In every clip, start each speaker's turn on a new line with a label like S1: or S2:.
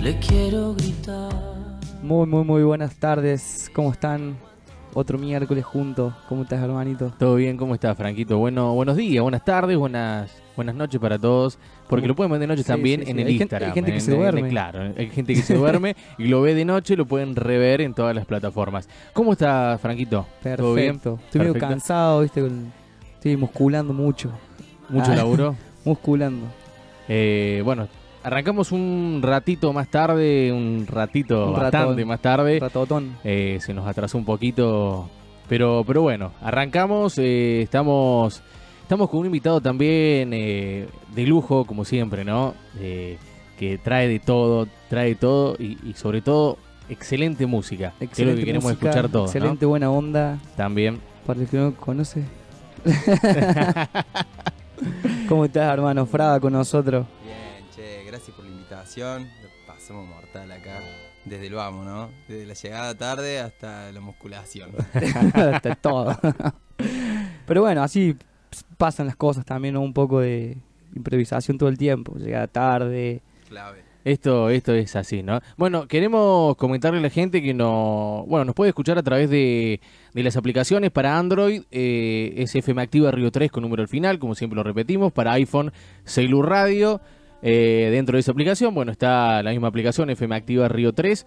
S1: le quiero gritar.
S2: Muy, muy, muy buenas tardes. ¿Cómo están? Otro miércoles juntos. ¿Cómo estás, hermanito?
S3: ¿Todo bien? ¿Cómo estás, Franquito? Bueno, buenos días, buenas tardes, buenas buenas noches para todos. Porque lo pueden ver de noche
S2: Sí,
S3: también
S2: sí, sí.
S3: en
S2: Hay
S3: el
S2: gente-
S3: Instagram.
S2: hay gente que
S3: en-
S2: se
S3: en-
S2: duerme.
S3: claro, hay gente que se duerme y lo ve de noche, lo pueden rever en todas las plataformas. ¿Cómo está, Franquito?
S2: Perfecto.
S3: ¿Todo bien?
S2: Estoy medio
S3: Perfecto.
S2: cansado, ¿viste? Con- Estoy musculando mucho.
S3: Mucho
S2: Ah.
S3: laburo.
S2: Musculando.
S3: Eh, bueno, arrancamos un ratito más tarde, un ratito
S2: Un ratón.
S3: bastante más tarde.
S2: Ratotón.
S3: Eh, se nos atrasó un poquito, pero, pero bueno, arrancamos, eh, estamos, estamos con un invitado también eh, de lujo, como siempre, ¿no? Eh, que trae de todo, trae de todo y, y sobre todo excelente música. que es lo que queremos
S2: música,
S3: escuchar todos, ¿no?
S2: Excelente buena onda.
S3: También.
S2: Para el que no conoce. ¿Cómo estás, hermano? Fraga con nosotros.
S4: Bien, che, gracias por la invitación. Lo Pasamos mortal acá. Desde el vamos, ¿no? Desde la llegada tarde hasta la musculación.
S2: Hasta todo. Pero bueno, así ps- pasan las cosas también, ¿no? Un poco de improvisación todo el tiempo. Llega tarde.
S4: Clave.
S3: Esto, esto es así, ¿no? Bueno, queremos comentarle a la gente que no, bueno, nos puede escuchar a través de, de las aplicaciones para Android, eh, es FM Activa Río 3 con número al final, como siempre lo repetimos, para iPhone Ceilur Radio, eh, dentro de esa aplicación, bueno, está la misma aplicación FM Activa Río 3.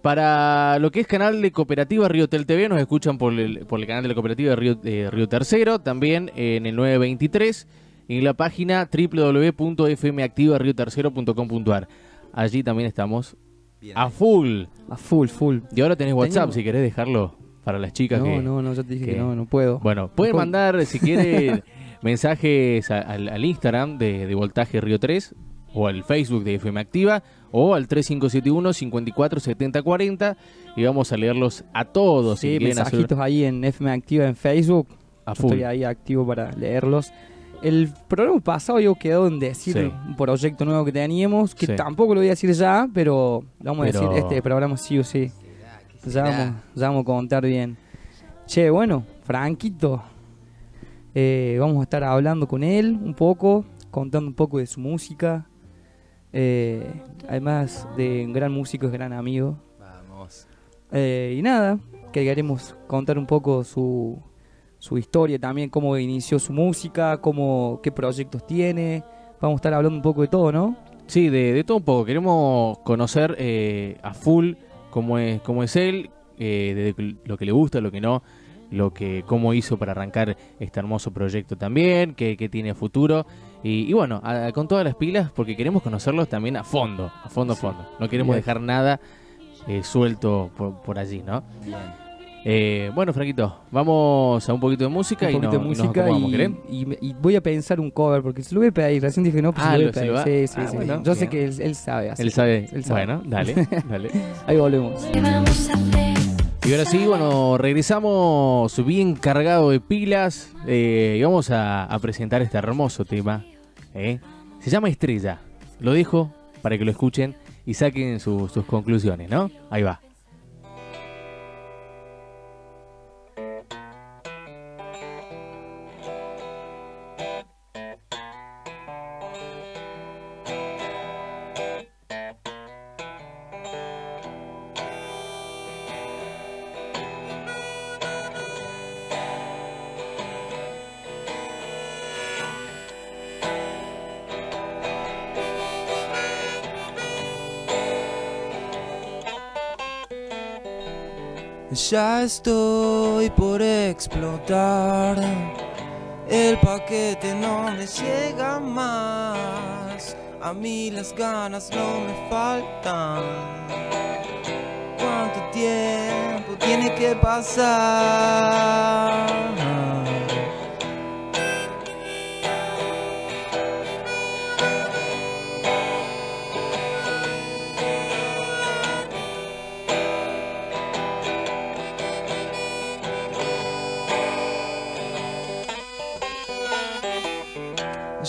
S3: Para lo que es canal de Cooperativa Río Tel TV, nos escuchan por el, por el canal de la Cooperativa de Río, eh, Río Tercero, también en el 923, en la página www.fmactivariotercero.com.ar. Allí también estamos
S4: Bien.
S3: a full.
S2: A full, full.
S3: Y ahora tenés WhatsApp
S2: Tengo-
S3: si querés dejarlo para las chicas
S2: No,
S3: que...
S2: no, no, yo te dije que
S3: que-
S2: no, no puedo.
S3: Bueno, puede
S2: Después-
S3: mandar, si quiere, mensajes a- al, al Instagram de, de Voltaje Río 3 o al Facebook de FM Activa o al 3571-547040 y vamos a leerlos a todos. si
S2: Sí,
S3: quieren hacer
S2: mensajitos ahí en FM Activa en Facebook.
S3: a
S2: Yo
S3: full.
S2: Estoy ahí activo para leerlos. El programa pasado yo quedó en decir
S3: Sí.
S2: un proyecto nuevo que teníamos, que
S3: Sí.
S2: tampoco lo voy a decir ya, pero lo vamos a
S3: Pero-
S2: decir este programa sí o sí. Ya
S4: será?
S2: vamos, ya vamos a contar bien. Che, bueno, Franquito. eh, vamos a estar hablando con él un poco, contando un poco de su música. Eh, además de gran músico, es gran amigo.
S4: Vamos.
S2: Eh, y nada, que queremos contar un poco su, su historia también, cómo inició su música, cómo, qué proyectos tiene. Vamos a estar hablando un poco de todo, ¿no?
S3: Sí, de, de todo un poco. Queremos conocer eh, a full cómo es, cómo es él, eh, de lo que le gusta, lo que no, lo que cómo hizo para arrancar este hermoso proyecto también, qué, qué tiene a futuro. Y, y bueno, a- con todas las pilas, porque queremos conocerlos también a fondo, a fondo, a fondo. No queremos
S2: Bien.
S3: dejar nada eh, suelto por, por allí, ¿no?
S4: Bien.
S3: Eh, bueno, Franquito, vamos a un poquito de música
S2: un
S3: y
S2: poquito
S3: no-
S2: de
S3: nos
S2: música
S3: acomodamos, ¿querés?
S2: y, y me- y voy a pensar un cover, porque se lo voy a pedir. Recién dije que no, pero
S3: Ah,
S2: se lo
S3: lo- se
S2: voy
S3: lo
S2: a
S3: va-
S2: pedir. Sí, sí,
S3: Ah,
S2: sí.
S3: bueno,
S2: Yo sé
S3: bien.
S2: que él, él sabe, así
S3: Él sabe.
S2: él sabe.
S3: Bueno, dale, dale.
S2: Ahí volvemos.
S5: ¿Qué vamos a hacer?
S3: Y ahora sí, bueno, regresamos bien cargado de pilas eh, y vamos a, a presentar este hermoso tema. ¿eh? Se llama Estrella. Lo dejo para que lo escuchen y saquen su- sus conclusiones, ¿no? Ahí va.
S4: Ya estoy por explotar. El paquete no me llega más. A mí las ganas no me faltan. ¿Cuánto tiempo tiene que pasar?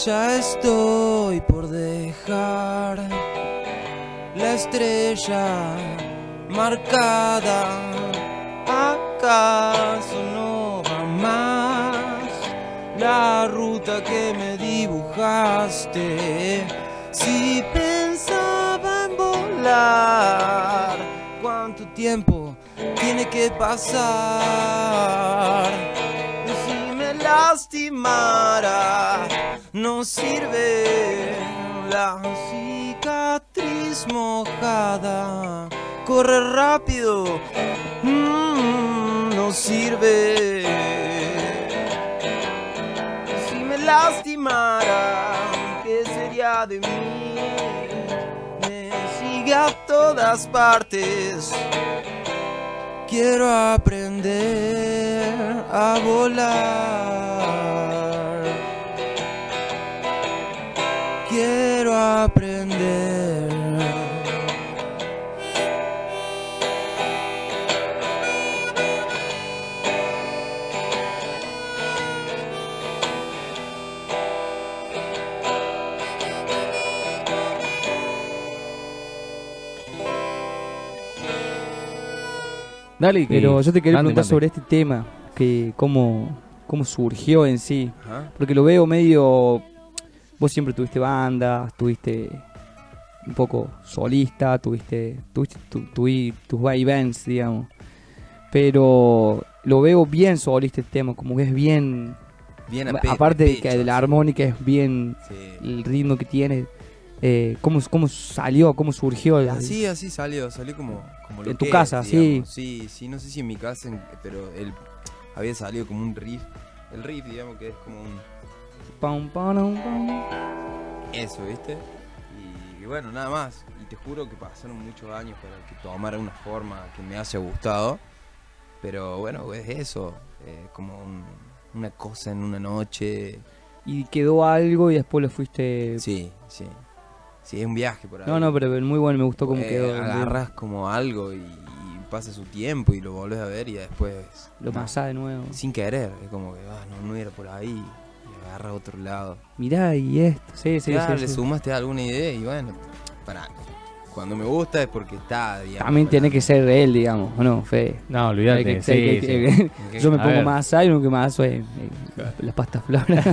S4: Ya estoy por dejar la estrella marcada. ¿Acaso no va más la ruta que me dibujaste? Si pensaba en volar. tiempo tiene que pasar. Y si me lastimara, no sirve la cicatriz mojada. Corre rápido, mm, no sirve. Si me lastimara, ¿qué sería de mí? Me sigue a todas partes. Quiero aprender a volar. Quiero aprender.
S3: Dale, que-
S2: Pero yo te quería
S3: mande,
S2: preguntar
S3: mande.
S2: sobre este tema, que cómo, cómo surgió en sí.
S4: Ajá.
S2: Porque lo veo medio. Vos siempre tuviste bandas, tuviste un poco solista, tuviste, tuviste tu- tu- tus vaivens, digamos. Pero lo veo bien solista este tema, como que es bien.
S4: Bien
S2: aparte de que de la armónica es bien
S4: Sí.
S2: el ritmo que tiene. eh, cómo, ¿Cómo salió? ¿Cómo surgió? la-
S4: Así, así salió, salió como, como lo
S2: En tu
S4: que es,
S2: casa, sí.
S4: digamos. Sí, sí, no sé si en mi casa, en- pero él había salido como un riff. El riff, digamos, que es como un...
S2: Pam, pam, pam.
S4: Eso, ¿viste? Y, y bueno, nada más. Y te juro que pasaron muchos años para que tomara una forma que me haya gustado. Pero bueno, es eso. eh, como un- una cosa en una noche.
S2: Y quedó algo y después lo fuiste
S4: Sí, sí. Sí, es un viaje por ahí.
S2: No, no, pero muy bueno, me gustó cómo
S4: Eh,
S2: quedó.
S4: Agarras como algo y, y pasa su tiempo y lo volvés a ver y después.
S2: Lo
S4: nada,
S2: pasás de nuevo.
S4: Sin querer, es como que, ah, no, no era por ahí. Y agarra a otro lado.
S2: Mirá, y esto. Sí, sí,
S4: Ya,
S2: sí,
S4: le
S2: sí.
S4: sumaste alguna idea y bueno, para. Cuando me gusta es porque está, digamos.
S2: También
S4: para-
S2: tiene que ser él, digamos, ¿o no, Fede?
S3: No,
S2: Hay que-
S3: olvídate. Sí,
S2: hay que-
S3: sí.
S2: hay que-
S4: que-
S2: Yo me
S3: A
S2: pongo
S3: ver.
S2: más aire, que más soy eh, las pastas floras.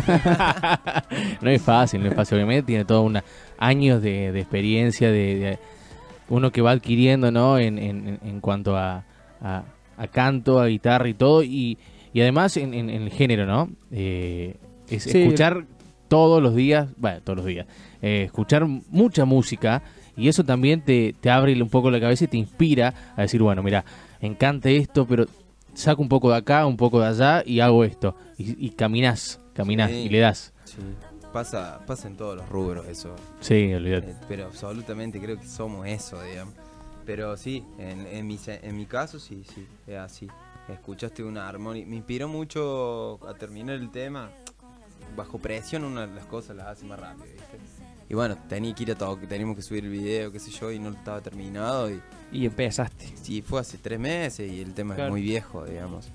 S3: No es fácil, no es fácil. Obviamente tiene todos una años de, de experiencia, de, de- uno que va adquiriendo, ¿no? En, en- en cuanto a, a- a canto, a guitarra y todo. Y, y además en, en- en el género, ¿no? Eh, es
S2: Sí.
S3: escuchar todos los días, bueno, todos los días, eh, escuchar mucha música. Y eso también te, te abre un poco la cabeza y te inspira a decir, bueno, mira, me encanta esto, pero saco un poco de acá, un poco de allá y hago esto. Y, y caminás, caminás
S4: Sí.
S3: y le das.
S4: Sí, pasa, pasa en todos los rubros eso.
S3: Sí, olvídate.
S4: eh, pero absolutamente creo que somos eso, digamos. Pero sí, en, en mi, se- en mi caso sí, sí, es así. Escuchaste una armónica. Me inspiró mucho a terminar el tema. Bajo presión una de las cosas las hace más rápido, ¿viste? Y bueno, tenía que ir a todo, que teníamos que subir el video, qué sé yo, y no estaba terminado. Y
S2: y empezaste.
S4: Sí, fue hace tres meses y el tema
S2: Claro.
S4: es muy viejo, digamos.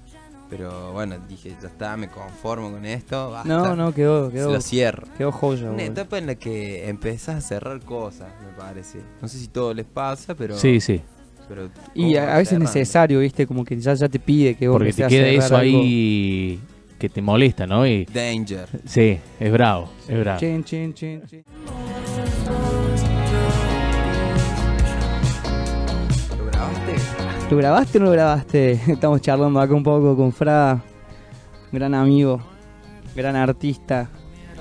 S4: Pero bueno, dije, ya está, me conformo con esto. basta.
S2: No, no, quedó,
S4: Se
S2: quedó,
S4: lo cierro.
S2: quedó joya.
S4: Una
S2: boludo.
S4: etapa en la que empezás a cerrar cosas, me parece. No sé si todo les pasa, pero.
S3: Sí, sí.
S4: pero
S2: Y
S4: ¿cómo
S2: a, a veces es
S4: cerrando?
S2: necesario, viste, como que ya, ya te pide que vos
S3: Porque te
S2: empecés a
S3: queda
S2: cerrar
S3: eso
S2: algo.
S3: ahí que te molesta, ¿no? Y,
S4: Danger.
S3: sí, es bravo, es bravo.
S2: Chin, chin, chin, chin.
S4: ¿Lo grabaste?
S2: ¿Lo grabaste o no lo grabaste? Estamos charlando acá un poco con Fra, gran amigo, gran artista.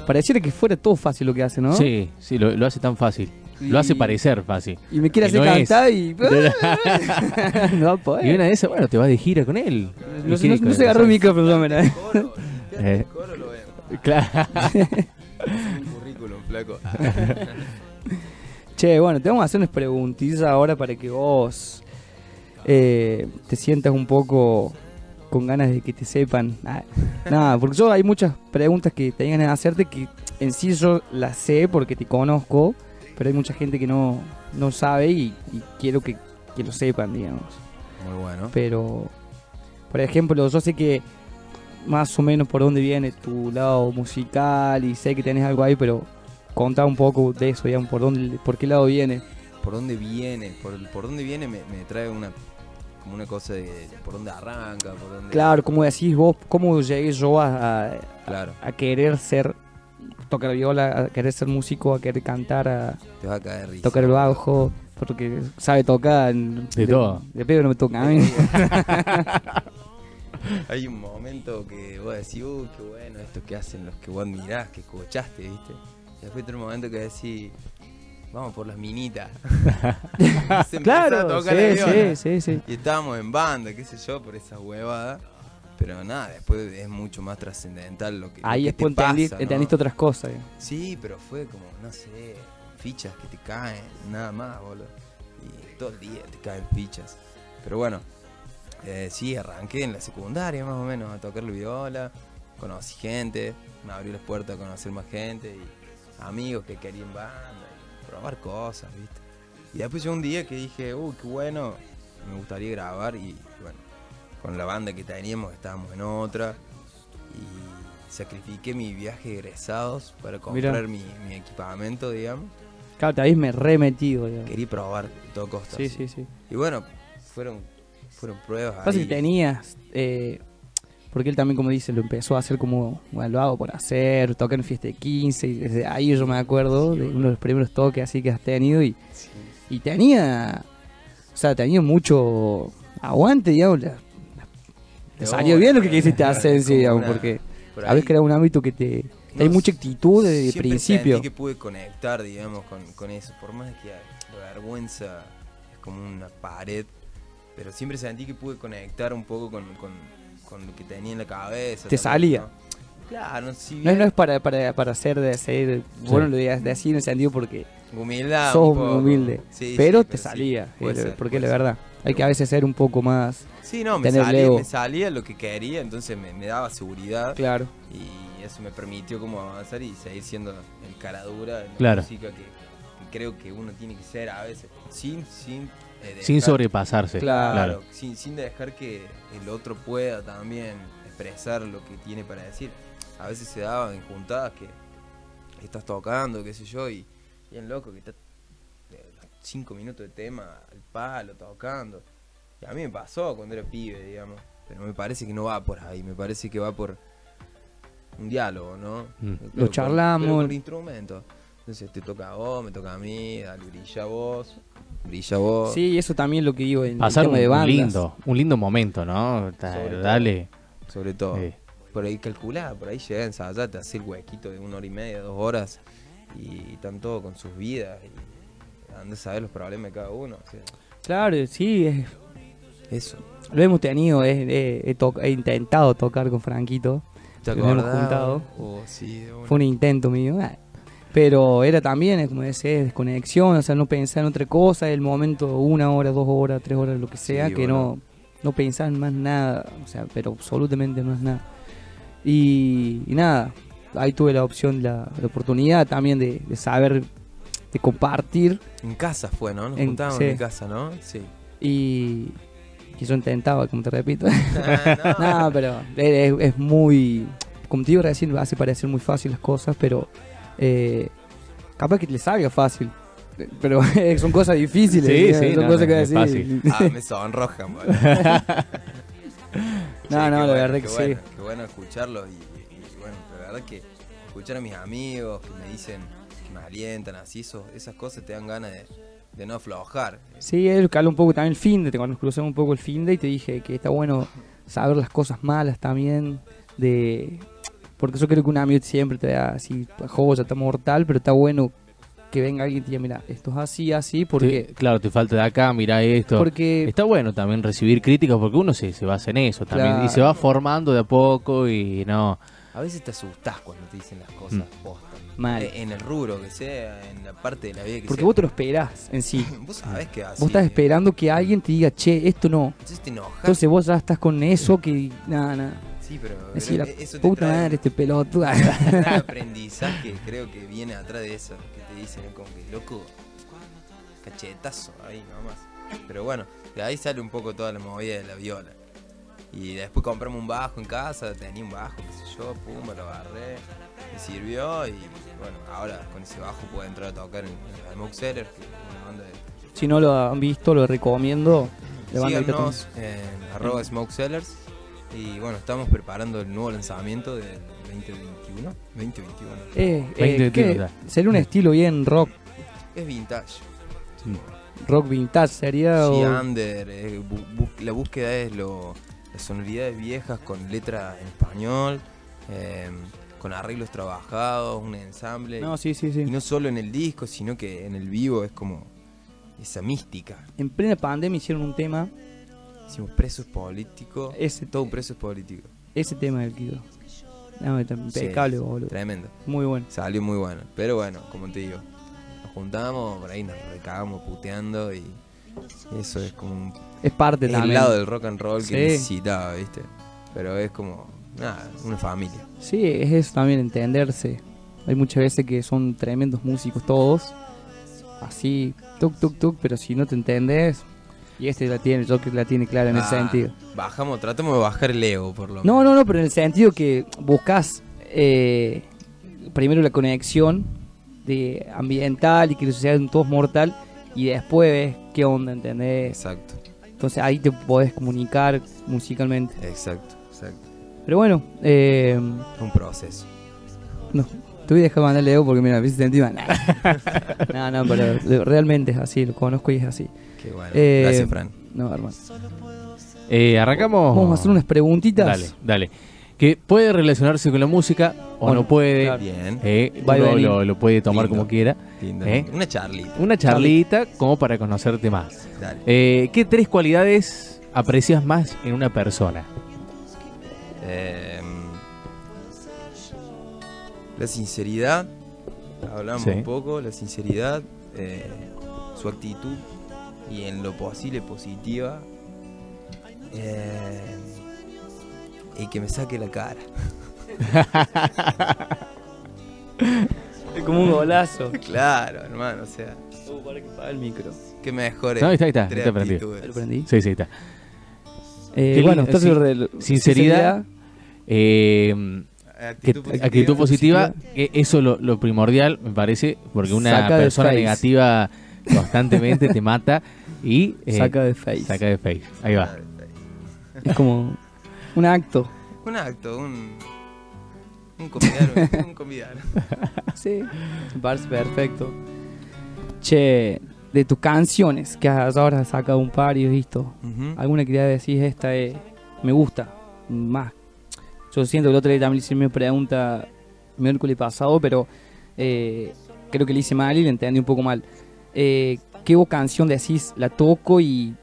S2: Pareciera que fuera todo fácil lo que hace, ¿no?
S3: Sí, sí, lo, lo hace tan fácil. Lo hace
S2: Y-
S3: parecer fácil.
S2: Y me quiere
S3: Y
S2: hacer
S3: no es.
S2: cantar y. no va a poder.
S3: Y una de esas, bueno, te vas de gira con él.
S2: No,
S3: ¿Y
S2: no-
S3: qué
S2: no
S3: disco
S2: se agarró el
S3: es?
S2: micrófono, mira.
S4: Coro.
S3: Eh.
S4: Coro lo vemos.
S3: Claro.
S4: Un currículum, flaco.
S2: Che, bueno, te vamos a hacer unas preguntillas ahora para que vos eh, te sientas un poco con ganas de que te sepan. Ah, Nada, porque yo hay muchas preguntas que te ganas de hacerte que en sí yo las sé porque te conozco, pero hay mucha gente que no, no sabe y, y quiero que, que lo sepan, digamos.
S4: Muy bueno.
S2: Pero, por ejemplo, yo sé que más o menos por dónde viene tu lado musical y sé que tenés algo ahí, pero contá un poco de eso, digamos, por, dónde, por qué lado viene.
S4: por dónde viene, por, por dónde viene me, me trae una como una cosa de por dónde arranca, por dónde
S2: Claro, como decís vos, ¿cómo llegué yo a, a-
S4: claro,
S2: a querer ser, tocar viola, a querer ser músico, a querer cantar, a
S4: te va a caer risa.
S2: tocar el bajo? porque sabe tocar.
S3: De todo.
S2: De pedo no me toca a mí.
S4: Hay un momento que vos decís, uh, qué bueno esto que hacen los que vos admirás, que escuchaste, ¿viste? Y después otro momento que decís, vamos por las minitas. Y se empezó a
S2: claro,
S4: tocar la
S2: sí,
S4: viola.
S2: sí, sí, sí.
S4: Y estábamos en banda, qué sé yo, por esa huevada. Pero nada, después es mucho más trascendental lo que, lo
S2: Ahí
S4: que te
S2: después entendí-
S4: pasa, ¿no?
S2: entendiste otras cosas. eh.
S4: Sí, pero fue como, no sé, fichas que te caen, nada más, boludo. Y todo el día te caen fichas. Pero bueno, eh, sí, arranqué en la secundaria más o menos a tocar la viola, conocí gente, me abrió las puertas a conocer más gente, y amigos que querían banda, y probar cosas, ¿viste? Y después llegó un día que dije, uh, qué bueno, me gustaría grabar, y bueno, con la banda que teníamos estábamos en otra, y sacrifiqué mi viaje de egresados para comprar mi, mi equipamiento, digamos.
S2: Claro, te habéis me remetido. digamos.
S4: Quería probar a todo costo.
S2: Sí,
S4: así.
S2: sí, sí.
S4: Y bueno, fueron, fueron pruebas.
S2: Pasa
S4: ahí.
S2: que tenías. eh, porque él también, como dice, lo empezó a hacer como, bueno, lo hago por hacer, tocar en fiesta de 15, y desde ahí yo me acuerdo de uno de los primeros toques así que has tenido y,
S4: Sí.
S2: y tenía, o sea, tenía mucho aguante, digamos, la-
S4: De
S2: te salió
S4: una,
S2: bien lo que quisiste
S4: claro,
S2: hacer, sí,
S4: como
S2: digamos,
S4: una-
S2: porque
S4: por
S2: habéis
S4: ahí.
S2: creado un ámbito que te, que
S4: No,
S2: hay mucha actitud desde el
S4: Siempre
S2: principio.
S4: Sentí que pude conectar, digamos, con, con eso. Por más que la vergüenza es como una pared, pero siempre sentí que pude conectar un poco con, con, con lo que tenía en la cabeza.
S2: Te salía.
S4: ¿no? Claro, sí.
S2: No, no es para, para, para ser de ser, bueno, lo digas de así en el sentido porque
S4: Humildad.
S2: sos
S4: un poco.
S2: humilde,
S4: Sí,
S2: pero
S4: sí,
S2: te
S4: sí,
S2: salía,
S4: puede
S2: eh,
S4: ser,
S2: porque
S4: puede
S2: la
S4: ser.
S2: verdad, hay que a veces ser un poco más,
S4: Sí, no, me
S2: tener
S4: salía,
S2: ego.
S4: me salía lo que quería, entonces me, me daba seguridad.
S2: claro.
S4: y eso me permitió como avanzar y seguir siendo el cara dura en la
S3: Claro.
S4: música que, que creo que uno tiene que ser a veces sin sin eh,
S3: Sin
S4: dejar-
S3: sobrepasarse.
S2: Claro.
S4: claro, sin sin dejar que el otro pueda también expresar lo que tiene para decir a veces se daban en juntadas que estás tocando qué sé yo y bien loco que está eh, cinco minutos de tema al palo tocando y a mí me pasó cuando era pibe digamos pero me parece que no va por ahí me parece que va por un diálogo, ¿no?
S3: Mm.
S4: Pero
S2: Lo
S4: con-
S2: charlamos.
S4: pero Con instrumentos. Entonces te toca a vos, me toca a mí, dale, brilla vos, brilla vos.
S2: Sí, y eso también lo que digo en
S3: Pasar
S2: el
S3: un,
S2: tema de
S3: un
S2: bandas.
S3: lindo, un lindo momento, ¿no? Ta-
S4: Sobre todo.
S3: Dale.
S4: Sobre todo.
S3: Sí.
S4: Por ahí calculá, por ahí llega a ensayar, te hace el huequito de una hora y media, dos horas. Y están todos con sus vidas. Y han de saber los problemas de cada uno. o sea,
S2: Claro, sí, es-
S4: eso.
S2: lo hemos tenido, es- eh, he, to- he intentado tocar con Franquito,
S4: ¿Te
S2: Lo hemos
S4: acordás?
S2: juntado.
S4: Oh, sí, de una.
S2: fue un intento mío, ah, pero era también, eh, como decía, desconexión, o sea, no pensar en otra cosa, el momento, una hora, dos horas, tres horas, lo que sea,
S4: Sí,
S2: que
S4: bueno.
S2: no, no pensar en más nada, o sea, pero absolutamente más nada. Y, y nada, ahí tuve la opción, la, la oportunidad también de, de saber, de compartir
S4: En casa fue, ¿no? Nos
S2: En-
S4: juntábamos
S2: sí.
S4: en casa, ¿no? Sí.
S2: y, y yo intentaba, como te repito.
S4: Ah, no.
S2: No, pero es, es muy. Como te digo recién, hace parecer muy fácil las cosas, pero. eh, capaz que le salga fácil. eh, Pero son cosas difíciles.
S3: Sí,
S2: ¿no?
S3: sí,
S2: son
S3: no,
S2: cosas
S3: no,
S2: que
S3: no es
S2: decís,
S3: fácil.
S4: Ah, me sonrojan, boludo.
S2: No, no,
S4: qué
S2: la
S4: bueno,
S2: verdad
S4: qué
S2: que sí.
S4: bueno, Qué bueno escucharlos y, y bueno, la verdad que escuchar a mis amigos que me dicen, que me alientan, así, eso, esas cosas te dan ganas de, de no aflojar.
S2: Sí, es lo que habla un poco también el fin de. Cuando nos cruzamos un poco el fin de y te dije que está bueno saber las cosas malas también. De. Porque yo creo que un amigo siempre te da así, joya, está mortal, pero está bueno que venga alguien y te diga, mira, esto es así, así, porque.
S3: Te- claro, te falta de acá, mirá esto.
S2: Porque
S3: Está bueno también recibir críticas porque uno se, se basa en eso también
S2: Claro.
S3: y se va formando de a poco y no.
S4: A veces te asustás cuando te dicen las cosas
S2: Mm.
S4: posta.
S2: Mal.
S4: Eh, En el rubro que sea, en la parte de la vida que
S2: Porque
S4: sea.
S2: vos te lo esperás en sí.
S4: vos sabés que así.
S2: Vos estás esperando que alguien te diga, che, esto no.
S4: Entonces te enojas.
S2: Entonces vos ya estás con eso que. Nada, nada.
S4: sí, pero, pero e-,
S2: Decís, la
S4: eso te
S2: puta
S4: trae
S2: madre, este pelotudo.
S4: un aprendizaje, creo que viene atrás de eso. Que te dicen, es como que loco, cachetazo ahí nomás. Pero bueno, de ahí sale un poco toda la movida de la viola. Y después compramos un bajo en casa, tenía un bajo, qué sé yo, pumba, lo agarré, me sirvió y bueno, ahora con ese bajo puedo entrar a tocar en el Smoke Seller, que es una banda de
S2: si no lo han visto, lo recomiendo. La banda que toca-
S4: Síganos en arroba Smoke Sellers. Y bueno, estamos preparando el nuevo lanzamiento del 2021. 2021.
S2: Eh, eh,
S3: 20,
S2: ¿qué?
S3: ¿verdad?
S2: Sería un estilo bien rock.
S4: Es vintage.
S2: Rock vintage sería.
S4: Sí,
S2: o-
S4: under, eh, bu- bu- la búsqueda es lo, las sonoridades viejas con letra en español, eh, con arreglos trabajados, un ensamble.
S2: No, sí, sí, sí.
S4: Y no solo en el disco, sino que en el vivo es como esa mística.
S2: En plena pandemia hicieron un tema.
S4: Hicimos presos políticos.
S2: Ese,
S4: Todo un preso es político.
S2: ese tema del Kido. No, está impecable,
S4: Sí,
S2: boludo.
S4: Tremendo.
S2: Muy bueno.
S4: Salió muy bueno. Pero bueno, como te digo, nos juntamos, por ahí nos recagamos puteando y eso es como un
S2: Es parte
S4: es el
S2: también.
S4: lado del rock and roll que
S2: Sí.
S4: necesitaba, ¿viste? Pero es como, nada, una familia.
S2: Sí, es eso también, entenderse. Hay muchas veces que son tremendos músicos todos. Así, tuk, tuk, tuk, pero si no te entendés. Y este la tiene, yo que la tiene clara en
S4: Ah,
S2: ese sentido.
S4: Bajamos, tratamos de bajar el ego, por lo
S2: No,
S4: menos.
S2: no, no, pero en el sentido que buscas primero la conexión de ambiental y que la sociedad es un todo mortal y después ves qué onda, ¿entendés?
S4: Exacto,
S2: Entonces ahí te podés comunicar musicalmente.
S4: exacto, exacto.
S2: Pero bueno, eh,
S4: Es un proceso.
S2: te voy a dejar mandarle ego porque mira, me sentí mal. no, no, pero lo- realmente es así, lo conozco y es así.
S4: Qué bueno.
S2: Eh,
S4: Gracias, Fran.
S2: No, hermano.
S3: Eh, arrancamos.
S2: Vamos a hacer unas preguntitas.
S3: Dale, dale. Que puede relacionarse con la música o
S2: Bueno,
S3: no puede.
S2: claro.
S4: Bien,
S3: Eh,
S2: Va y
S3: uno
S2: vení.
S3: lo, lo puede tomar
S4: Lindo.
S3: como quiera.
S4: lindo.
S3: ¿eh?
S4: Una charlita,
S3: Una charlita como para conocerte más.
S4: dale.
S3: Eh, ¿Qué tres cualidades aprecias más en una persona?
S4: Em, la sinceridad, hablamos
S3: Sí.
S4: un poco, la sinceridad, eh, su actitud y en lo posible positiva. eh, y que me saque la cara.
S2: Es como un golazo.
S4: Claro, hermano, o sea,
S2: el micro.
S4: que mejores.
S3: No, ahí está, ahí está,
S4: tres
S3: ahí está prendido.
S4: actitudes.
S2: Lo prendí.
S3: Sí, sí, está.
S2: Eh,
S3: Qué lindo,
S2: bueno, entonces
S3: sí.
S2: re-
S3: Sinceridad. Eh, que-
S4: Actitud positiva.
S3: actitud positiva, que eso lo, lo primordial, me parece, porque una
S2: Saca de
S3: persona
S2: face.
S3: negativa constantemente te mata y eh,
S2: saca de face.
S3: saca de face. Ahí va.
S2: Es como un acto.
S4: Un acto, un. Un convidar, un convidar.
S2: Sí. Vals perfecto. Che, de tus canciones, que ahora has sacado un par y visto,
S4: Ujú.
S2: alguna que ya decís esta es, me gusta, más. Yo siento que el otro día también se me pregunta miércoles pasado, pero eh, creo que le hice mal y le entendí un poco mal. Eh, ¿Qué vos canción decís, la toco y,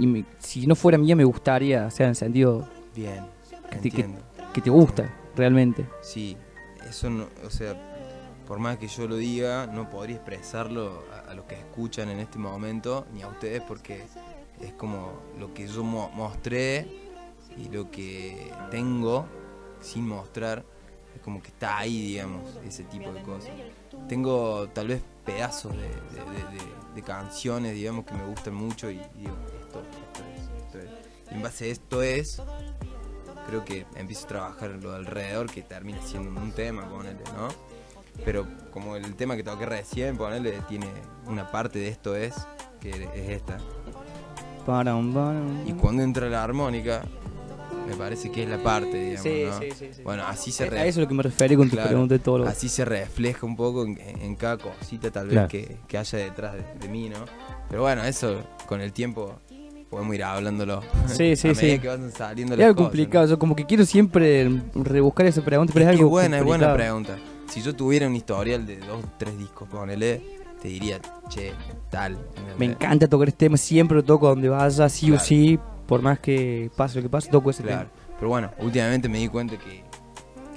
S2: y me- si no fuera mía me gustaría, o sea, en el sentido
S4: Bien.
S2: te- que-
S4: Entiendo.
S2: que te gusta realmente?
S4: Sí, eso no, o sea, por más que yo lo diga, no podría expresarlo a, a los que escuchan en este momento, ni a ustedes, porque es como lo que yo mo- mostré y lo que tengo sin mostrar, es como que está ahí, digamos, ese tipo de cosas. Tengo tal vez pedazos de, de- de- de- de canciones, digamos, que me gustan mucho y digo, esto, esto es, esto es. Y en base a esto es, creo que empiezo a trabajar en lo de alrededor que termina siendo un tema, ponele, ¿no? Pero como el tema que toqué recién, ponele, tiene una parte de esto es, que es esta.
S2: Param, param.
S4: Y cuando entra la armónica, me parece que es la parte, digamos,
S2: Sí,
S4: ¿no?
S2: sí, sí, sí.
S4: Bueno, así
S2: A
S4: se,
S2: eso
S4: re-
S2: es lo que me referí con
S4: Claro.
S2: tu pregunta de todo lo
S4: así se refleja un poco en, en cada cosita tal vez
S3: Claro.
S4: que, que haya detrás de, de mí, ¿no? Pero bueno, eso con el tiempo podemos ir hablándolo.
S2: Sí, sí,
S4: a medida
S2: sí.
S4: que van saliendo
S2: Es
S4: las cosas, ¿no?
S2: algo complicado, yo como que quiero siempre rebuscar esa pregunta, pero es,
S4: Es que
S2: algo
S4: buena, es buena
S2: complicado.
S4: pregunta. Si yo tuviera un historial de dos, tres discos, ponele, te diría, che, tal. ¿entendés?
S2: Me encanta tocar este tema, siempre lo toco a donde vaya, sí
S4: Claro.
S2: o sí, por más que pase lo que pase, toco ese
S4: Claro. Pero bueno, últimamente me di cuenta que,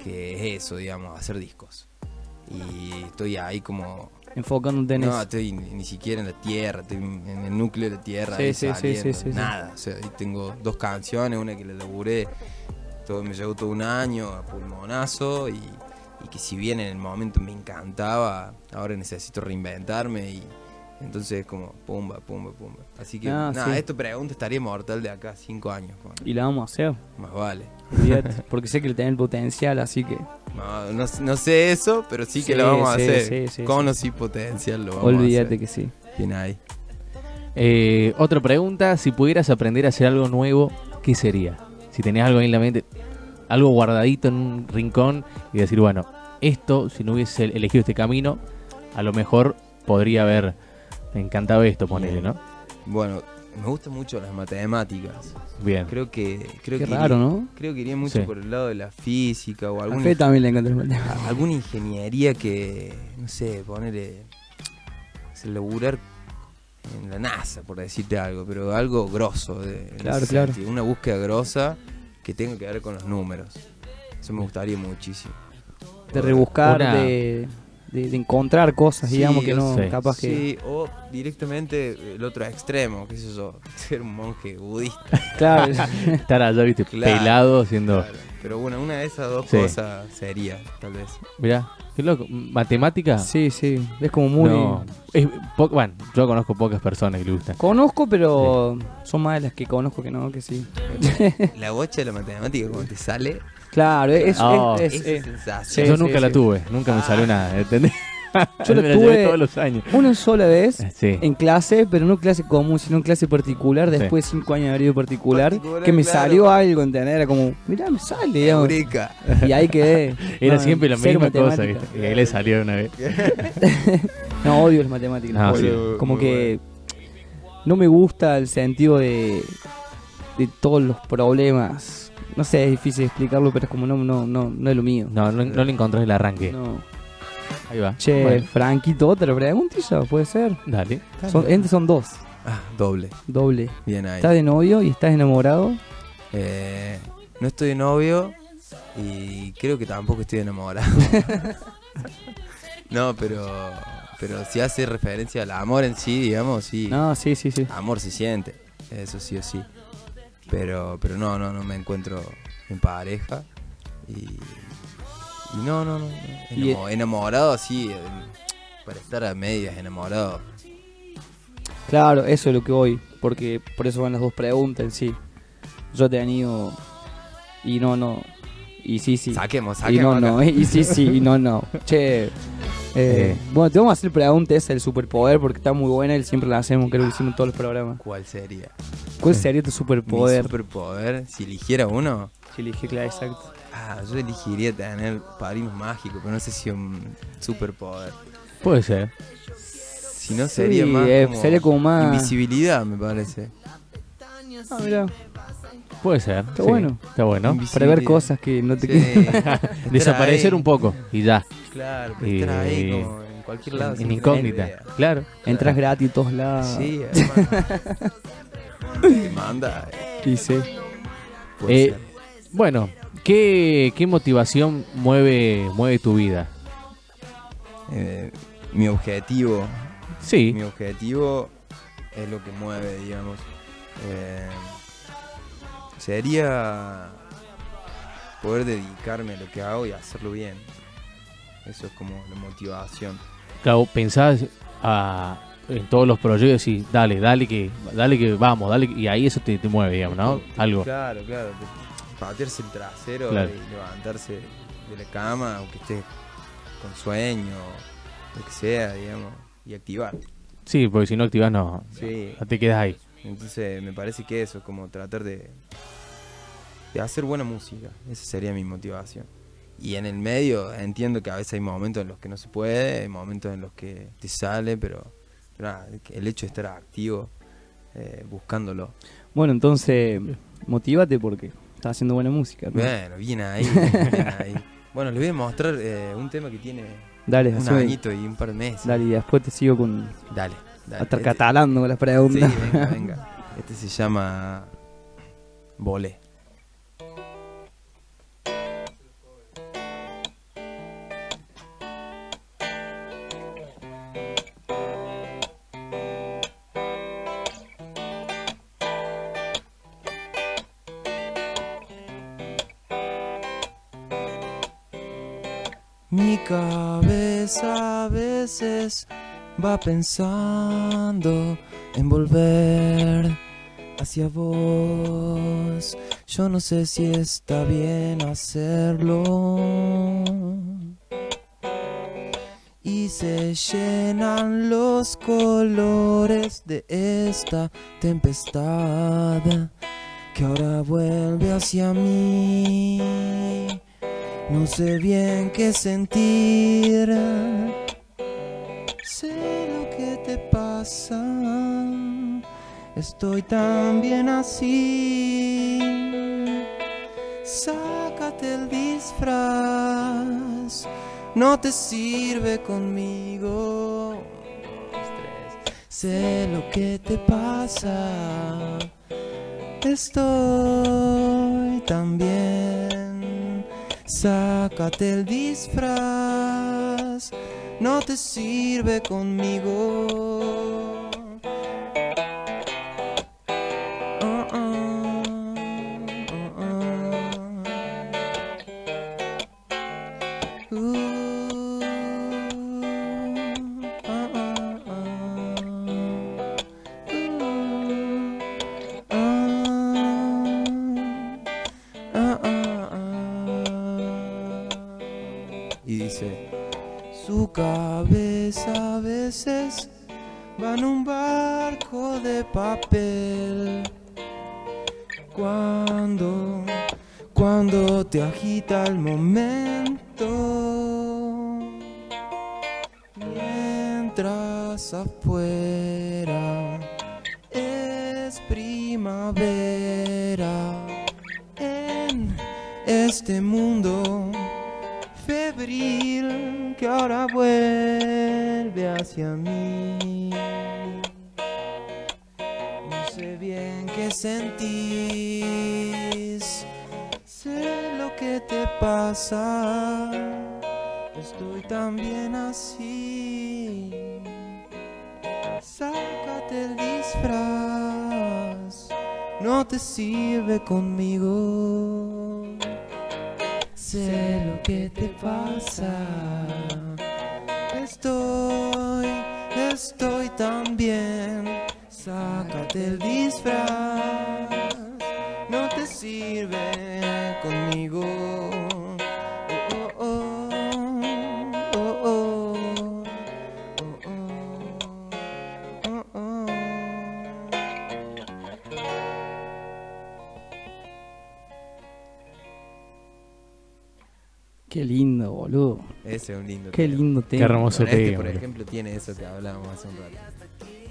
S4: que es eso, digamos, hacer discos. Y estoy ahí como.
S2: tema, enfocándote en
S4: No,
S2: eso.
S4: estoy ni, ni siquiera en la tierra, estoy en el núcleo de la tierra.
S2: Sí,
S4: ahí
S2: sí, sí, sí,
S4: saliendo,
S2: sí, sí.
S4: Nada, o sea, ahí tengo dos canciones, una que la laburé, todo, me llevó todo un año a pulmonazo y, y que si bien en el momento me encantaba, ahora necesito reinventarme y entonces es como pumba, pumba, pumba. Así que
S2: Ah,
S4: nada,
S2: sí.
S4: esto pregunta estaría mortal de acá a cinco años, bueno,
S2: Y la vamos a hacer,
S4: más vale.
S2: olvídate, porque sé que le tenés el potencial, así que
S4: No, no- no sé eso, pero sí que
S2: Sí,
S4: lo vamos
S2: sí,
S4: a hacer.
S2: sí, sí,
S4: Con o sin potencial lo vamos a
S2: olvídate
S4: hacer.
S2: que sí.
S4: Bien ahí.
S3: Eh, otra pregunta, si pudieras aprender a hacer algo nuevo, ¿qué sería? Si tenías algo ahí en la mente, algo guardadito en un rincón y decir, bueno, esto, si no hubiese elegido este camino, a lo mejor podría haber Me encantaba esto, ponele, ¿no?
S4: Bueno, me gustan mucho las matemáticas.
S3: Bien.
S4: Creo que. Creo
S2: Qué
S4: que
S2: raro,
S4: iría-
S2: ¿no?
S4: Creo que iría mucho
S3: Sí.
S4: por el lado de la física o
S2: A
S4: alguna,
S2: Fe también le encanta el mate.
S4: a- alguna ingeniería que. No sé, ponerle. Se laburar en la NASA, por decirte algo, pero algo grosso. de- en
S2: Claro,
S4: ese
S2: claro.
S4: sentido, Una búsqueda grosa que tenga que ver con los números. Eso me gustaría muchísimo.
S2: De rebuscar,
S3: Una-
S2: de, de- de encontrar cosas,
S4: Sí,
S2: digamos, que
S4: yo
S2: no,
S3: sé.
S2: capaz que...
S4: Sí, o directamente el otro extremo, qué sé yo, ser un monje budista.
S2: Claro,
S3: Estar allá, viste,
S4: Claro,
S3: pelado haciendo.
S4: claro. Pero bueno, una de esas dos
S3: Sí.
S4: cosas sería, tal vez.
S3: Mirá, qué loco. ¿Matemática?
S2: sí, sí, es como muy...
S3: No. Es po- bueno, yo conozco pocas personas que le gustan.
S2: Conozco, pero son más de las que conozco que no, que sí.
S4: La bocha de la matemática cuando te sale,
S2: Claro, es...
S3: Oh.
S2: es- es-
S4: esa
S2: eh,
S4: sensación.
S3: yo
S2: sí,
S3: nunca
S2: sí. Ah.
S3: la tuve, nunca me salió nada, ¿entendés?
S2: Yo la
S3: Me llevé
S2: tuve-
S3: todos los años.
S2: una sola vez
S3: Sí.
S2: en clase, pero no clase común, sino en clase particular,
S3: Sí.
S2: después de cinco años de haber ido particular,
S4: Particular,
S2: que me
S4: claro.
S2: salió algo, ¿entendés? Era como, mirá, me sale, digamos.
S4: Eureka.
S2: Y ahí quedé.
S3: Era
S2: No,
S3: siempre la
S2: cero
S3: misma cosa,
S2: matemática.
S3: ¿viste? Y ahí le salió una vez.
S2: No, odio las matemáticas.
S3: No,
S2: las
S3: Ah, sí.
S2: odio. Como
S4: Muy
S2: que no me gusta el sentido de, de todos los problemas. No sé, es difícil explicarlo, pero es como no, no, no, no es lo mío.
S3: No, no, no le encontrás el arranque.
S2: No.
S3: Ahí va.
S2: Che,
S3: Bueno,
S2: Franquito, otra pregunta ya, puede ser.
S3: dale.
S2: Son, entre son dos,
S4: Ah, doble.
S2: doble.
S4: Bien ahí.
S2: ¿Estás de novio y estás enamorado?
S4: Eh, no estoy de novio y creo que tampoco estoy enamorado. no, pero pero si hace referencia al amor en sí, digamos, sí.
S2: No, sí, sí, sí.
S4: Amor se siente, eso sí o sí. Pero pero no, no, no me encuentro en pareja y, y no, no, no. no.
S2: Y-
S4: Enamo- enamorado así, eh, para estar a medias enamorado.
S2: Claro, eso es lo que voy, porque por eso van las dos preguntas en sí. Yo te animo y no, no. Y sí, sí.
S4: Saquemos,
S2: Y
S4: saquemos.
S2: no, no, eh,
S4: acá.
S2: y sí, sí, y no, no. Che. eh,
S3: Eh.
S2: Bueno, te vamos a hacer pregunta esa del superpoder porque está muy buena y siempre la hacemos, creo que hicimos en todos los programas.
S4: ¿Cuál sería?
S2: ¿Cuál sería tu
S4: Mi
S2: superpoder?
S4: superpoder, si eligiera uno.
S2: Si elige, claro, exacto.
S4: Ah, yo elegiría tener padrinos mágicos, pero no sé si un superpoder.
S3: Puede ser.
S4: Si no sería más
S2: eh,
S4: como
S2: sería como más-
S4: invisibilidad, me parece.
S2: Ah, mira,
S3: Puede ser.
S2: Está bueno.
S3: Está bueno.
S4: Invisibilidad.
S2: para ver cosas que no te
S4: Sí. Estar
S3: Desaparecer
S4: ahí,
S3: un poco y ya.
S4: Claro, pero estar ahí
S3: Y-
S4: como en cualquier lado.
S3: Eh, En,
S4: sin
S3: en
S4: tener
S3: incógnita. Ah.
S4: idea.
S3: Claro.
S2: Entras gratis a todos lados.
S4: Sí, eh. hermano. Te manda. eh,
S2: Y sí.
S4: puede
S3: Eh,
S4: ser.
S3: Bueno, ¿qué, qué motivación mueve, mueve tu vida?
S4: Eh, mi objetivo
S3: Sí.
S4: Mi objetivo es lo que mueve, digamos. Eh, sería poder dedicarme a lo que hago y hacerlo bien. Eso es como la motivación.
S3: Claro, pensás ah, en todos los proyectos y dale, dale que, dale que vamos, dale que- y ahí eso te, te mueve, digamos, ¿no? Algo.
S4: Claro, claro. de Patearse el trasero
S3: Claro.
S4: y levantarse de la cama, aunque esté con sueño, lo que sea, digamos, y activar.
S3: Sí, porque si no activas no,
S4: Sí.
S3: no te quedas ahí.
S4: Entonces me parece que eso, como tratar de, de hacer buena música, esa sería mi motivación. Y en el medio entiendo que a veces hay momentos en los que no se puede, hay momentos en los que te sale, pero, pero nada, el hecho de estar activo, eh, buscándolo.
S2: Bueno, entonces, motívate porque estás haciendo buena música. ¿no?
S4: Bueno, bien ahí, bien ahí. Bueno, les voy a mostrar eh, un tema que tiene
S2: Dale,
S4: un
S2: haceme-
S4: añito y un par de meses.
S2: Dale, y después te sigo con.
S4: Dale, dale.
S2: Hasta
S4: Este-
S2: catalando con las
S4: Sí,
S2: preguntas.
S4: venga, venga. Este se llama Volé. Mi cabeza a veces va pensando en volver hacia vos. Yo no sé si está bien hacerlo. Y se llenan los colores de esta tempestad que ahora vuelve hacia mí. No sé bien qué sentir. Sé lo que te pasa.
S5: pasa. Estoy tan bien así. Sácate el disfraz. No te sirve conmigo. Sé lo que te pasa. Estoy también. Sácate el disfraz. No te sirve conmigo. Ah, ah, ah, ah. Uh, ah, ah, ah. Uh. uh, Y dice, su cabeza a veces va en un barco de papel. Cuando, cuando te agita el momento, mientras afuera es primavera en este mundo febril que ahora vuelve hacia mí. No sé bien qué sentís, sé lo que te pasa, estoy también así. Sácate el disfraz, no te sirve conmigo. Sé lo que te pasa. Estoy, estoy tan bien. Sácate el disfraz, no te sirve conmigo. Oh, oh, oh, oh, oh, oh, oh, oh, oh.
S2: Qué lindo, boludo.
S5: Ese es un lindo
S2: Qué
S5: tema.
S2: lindo
S3: Qué
S2: tema.
S3: hermoso
S5: Bueno, este,
S3: tema.
S5: por
S3: boludo.
S5: ejemplo, tiene eso que hablábamos hace un rato.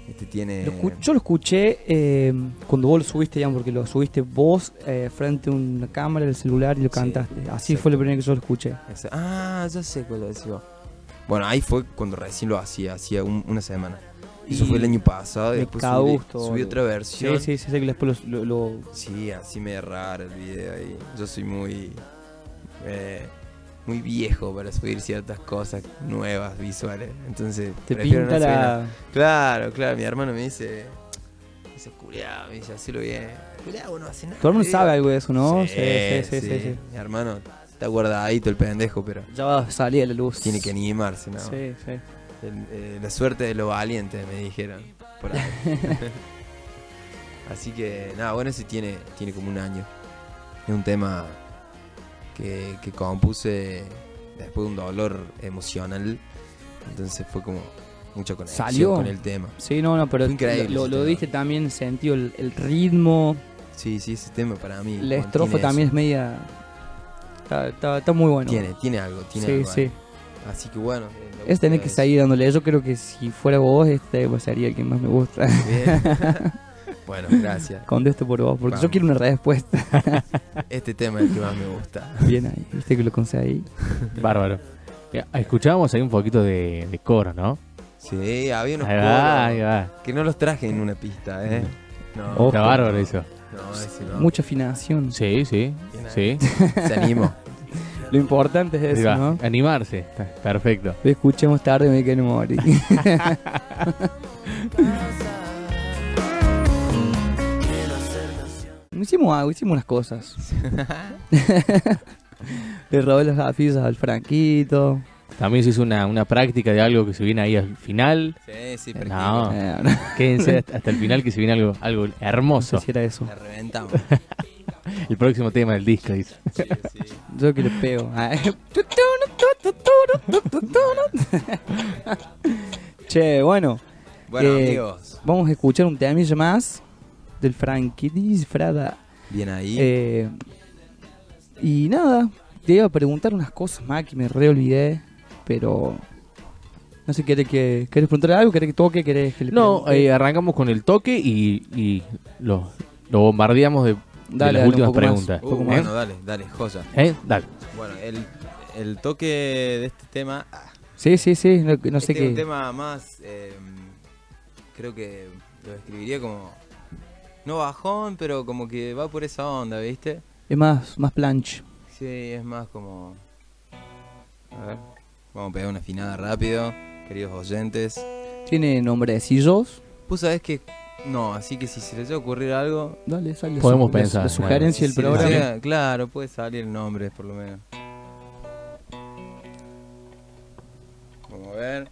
S5: Este tiene.
S2: Lo escu- yo lo escuché eh, cuando vos lo subiste, digamos, porque lo subiste vos eh, frente a una cámara del celular y lo
S5: Sí,
S2: cantaste. Así
S5: exacto.
S2: fue lo primero que yo lo escuché.
S5: Esa- Ah, ya sé cuál es. yo. Bueno, ahí fue cuando recién lo hacía, hacía un- una semana. Eso
S2: Y
S5: fue el año pasado.
S2: me
S5: y después
S2: cago
S5: subí,
S2: gusto,
S5: subí
S2: boludo.
S5: otra
S2: Sí,
S5: versión. Sí,
S2: sí, sí, sé que después lo, lo- lo-
S5: así me raro el video. Y yo soy muy. eh, muy viejo para subir ciertas cosas nuevas, visuales. Entonces,
S2: te
S5: prefiero no
S2: pinta
S5: subir nada.
S2: la...
S5: Claro, claro, mi hermano me dice. Me dice, culiao, me dice, hacelo bien. Culiao, no hace nada.
S2: Todo el mundo
S5: digo.
S2: sabe algo de eso, ¿no?
S5: Sí, sí,
S2: sí.
S5: Mi hermano está guardadito el pendejo, pero
S2: Ya va a salir a la luz.
S5: tiene que animarse, ¿no?
S2: Sí, sí.
S5: El- eh, la suerte de los valientes, me dijeron. por ahí. Así que, nada, bueno, ese tiene, tiene como un año. Es un tema que, que compuse después de un dolor emocional. Entonces fue como mucha conexión
S2: Salió.
S5: con el tema.
S2: Sí, no, no, pero
S5: Fue increíble
S2: lo,
S5: ese
S2: lo
S5: tema.
S2: diste también en sentido, el, el ritmo,
S5: Sí, sí, ese tema para mí.
S2: la
S5: mantiene
S2: estrofa
S5: eso.
S2: también es media... Está, está- está muy bueno.
S5: Tiene, tiene algo, tiene
S2: sí,
S5: algo.
S2: sí.
S5: ahí. Así que bueno. eh, me
S2: Es tener
S5: gusta
S2: que
S5: eso.
S2: seguir dándole. Yo creo que si fuera vos, este sería el que más me gusta.
S5: Bien. bueno, gracias.
S2: Contesto por vos, porque yo
S5: Vamos.
S2: quiero una respuesta.
S5: Este tema es el que más me gusta.
S2: Bien ahí, viste que lo conseguí.
S3: Bárbaro. Eh, Escuchábamos ahí un poquito de, de coro, ¿no?
S5: Sí, había unos
S3: Ahí va, ahí
S5: coros
S3: va.
S5: que no los traje en una pista, ¿eh? No,
S2: Ojo.
S3: Está bárbaro eso.
S5: no, ese no.
S2: Mucha afinación.
S3: Sí, sí,
S5: Bien
S3: sí.
S5: ahí. Se animó.
S2: Lo importante es
S3: Ahí
S2: eso,
S3: va.
S2: ¿no?
S3: Animarse. Está Perfecto.
S2: Lo escuchemos tarde, me quiero morir. hicimos algo, hicimos unas cosas. Le robé las gafas al Franquito.
S3: También se hizo una, una práctica de algo que se viene ahí al final.
S5: Sí, sí,
S3: No.
S5: practico.
S2: Eh, no,
S3: Quédense hasta hasta el final que se viene algo, algo
S2: no
S3: hermoso.
S2: sé si era eso.
S5: La reventamos.
S3: El próximo tema del disco dice.
S5: Sí, sí.
S2: Yo que le pego. Ah, eh. che, bueno,
S5: Bueno,
S2: Eh,
S5: amigos,
S2: vamos a escuchar un temilla más del Franquito disfrada.
S5: bien ahí.
S2: Eh, y nada, te iba a preguntar unas cosas más que me re olvidé, pero No sé, ¿querés, que, ¿querés preguntarle algo? ¿Querés que toque? ¿Querés que le
S3: No,
S2: pregunte?
S3: eh, arrancamos con el toque y, y lo, lo bombardeamos de, de
S2: Dale,
S3: las
S2: dale,
S3: últimas
S2: un poco más.
S3: preguntas.
S2: Un poco
S5: Uh,
S2: más.
S5: bueno, dale, dale, joya.
S3: ¿Eh? Dale.
S5: Bueno, el, el toque de este tema. ah,
S2: Sí, sí, sí, no, no sé
S5: este es un
S2: qué.
S5: tema más. eh, creo que lo describiría como. No bajón, pero como que va por esa onda, ¿viste?
S2: Es más, más planch.
S5: Sí, es más como. A ver. Vamos a pegar una afinada rápido, queridos oyentes.
S2: Tiene nombrecillos.
S5: Vos sabés que. No, así que si se les ocurrir algo.
S2: Dale, sale.
S3: Podemos
S2: su- la-
S3: pensar,
S2: La
S3: bueno.
S2: sugerencia del
S5: si les
S2: programa.
S5: llega- claro, puede salir el nombre, por lo menos. Vamos a ver.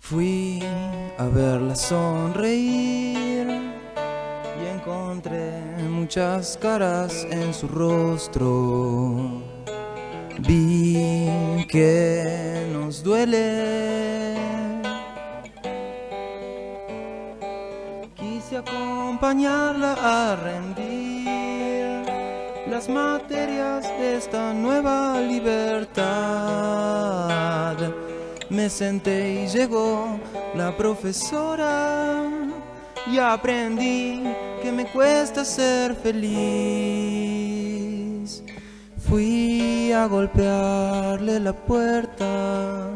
S5: Fui a verla sonreír y encontré muchas caras en su rostro. Vi que nos duele. Quise acompañarla a rendir las materias de esta nueva libertad. Me senté y llegó la profesora y aprendí que me cuesta ser feliz. Fui a golpearle la puerta,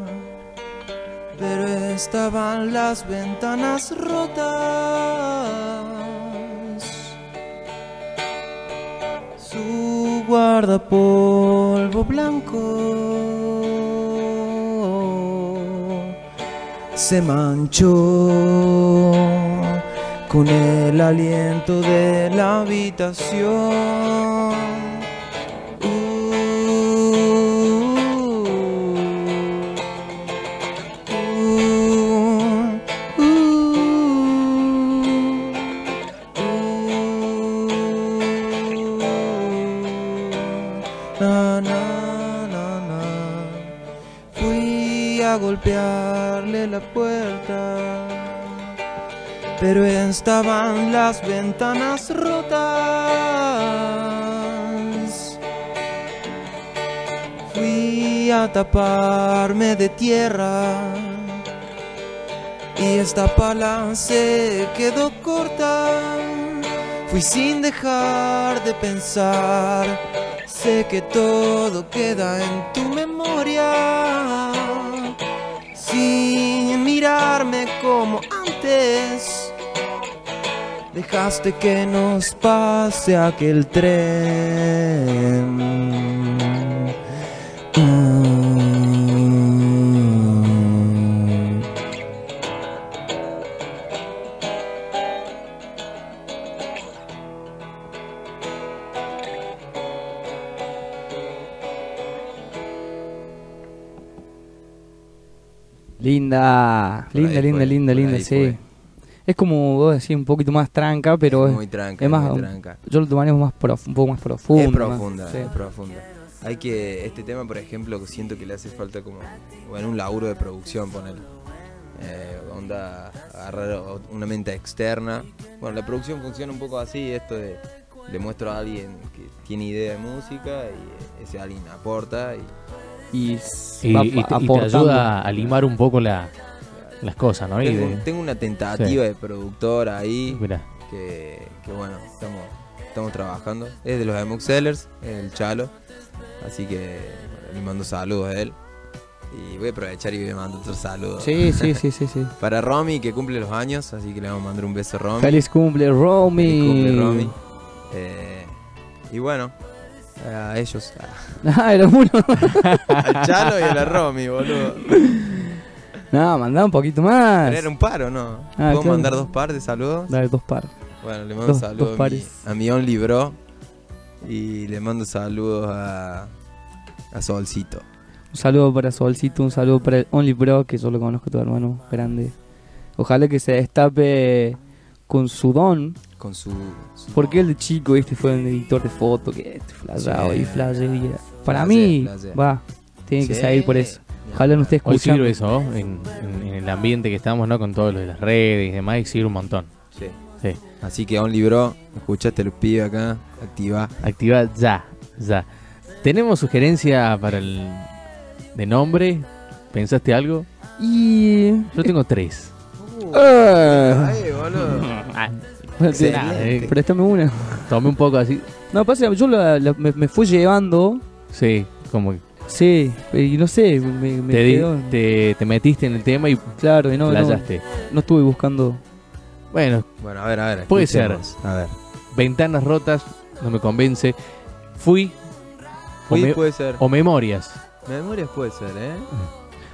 S5: pero estaban las ventanas rotas. Su guardapolvo blanco se manchó con el aliento de la habitación. Uh, uh, uh, uh, na, na, na, na. Fui a golpearle la puerta, pero estaban las ventanas rotas. Fui a taparme de tierra y esta pala se quedó corta. Fui sin dejar de pensar, sé que todo queda en tu memoria. Sin mirarme como antes, dejaste que nos pase aquel tren. Mm.
S2: Linda,
S5: Por
S2: linda,
S5: ahí
S2: linda,
S5: fue,
S2: linda,
S5: por
S2: linda,
S5: ahí
S2: sí.
S5: fue.
S2: Es como vos decís, un poquito más tranca, pero es,
S5: muy tranca,
S2: Pues, es más,
S5: muy tranca.
S2: yo lo tomaría más prof- un poco más profundo.
S5: es
S2: más-
S5: profunda,
S2: sí.
S5: es profunda. Hay que, este tema, por ejemplo, que siento que le hace falta como, bueno, un laburo de producción, ponerlo. onda, agarrar o- una mente externa. Bueno, la producción funciona un poco así, esto de, le muestro a alguien que tiene idea de música y ese alguien aporta y
S2: Y, s-
S3: Y,
S2: va
S3: y te, y te
S2: aportando.
S3: ayuda a limar un poco la- las cosas, ¿no? Y
S5: tengo,
S3: de-
S5: tengo una tentativa de productor ahí
S3: mirá.
S5: que, que bueno, estamos, estamos trabajando. Es de los Emux Sellers, el Chalo. Así que bueno, le mando saludos a él. Y voy a aprovechar y le mando otro saludo.
S2: Sí, sí, sí, sí, sí.
S5: Para Romy, que cumple los años, así que le vamos a mandar un beso a Romy.
S2: Feliz cumple, Romy.
S5: Feliz cumple, Romy. Eh, y bueno, a ellos.
S2: Ah, era uno.
S5: Al Chalo y a la Romy, boludo.
S2: no, mandá un poquito más.
S5: Pero era un paro, ¿no?
S2: Ah,
S5: ¿Puedo
S2: claro.
S5: mandar dos par de saludos?
S2: Dale, dos par.
S5: Bueno, le mando
S2: Dos- dos
S5: saludos a mi,
S2: pares.
S5: a mi Only Bro y le mando saludos a, a Solcito.
S2: Un saludo para Solcito, un saludo para el Only Pro, que yo lo conozco, tu hermano grande. Ojalá que se destape con su don,
S5: Con su. su-
S2: porque él de chico, este fue un editor de foto, que este flayado
S5: Sí.
S2: y flashería. Para
S5: Flashea,
S2: mí,
S5: flashea.
S2: va, tiene que
S5: Sí,
S2: salir por eso. Ojalá no esté
S3: Hoy
S2: escuchando.
S3: sirve eso, ¿no? en, en- en el ambiente que estamos, ¿no? Con todo lo de las redes y demás, y sirve un montón.
S4: Sí.
S3: Sí.
S4: Así que Only Bro, escuchaste el pibe acá, activa.
S3: Activa ya, ya. ¿Tenemos sugerencia para el de nombre? ¿Pensaste algo?
S2: Y
S3: Yo tengo tres.
S4: Ay, boludo.
S3: Ah,
S4: Excelente.
S3: nada, eh,
S2: préstame una.
S3: tomé un poco así.
S2: No, pasa, yo la- la- me, me fui llevando.
S3: Sí, como que
S2: Sí, y no sé, me, me
S3: te, di-
S2: quedó.
S3: te, te metiste en el tema y
S2: Claro, y no, no,
S3: playaste.
S2: no estuve buscando.
S3: Bueno,
S4: Bueno, a ver, a ver.
S3: Puede
S4: escuchemos. A ver.
S3: ventanas rotas, no me convence. Fui. O,
S4: Fui
S3: me-
S4: puede ser.
S3: o memorias.
S4: Memorias puede ser, ¿eh?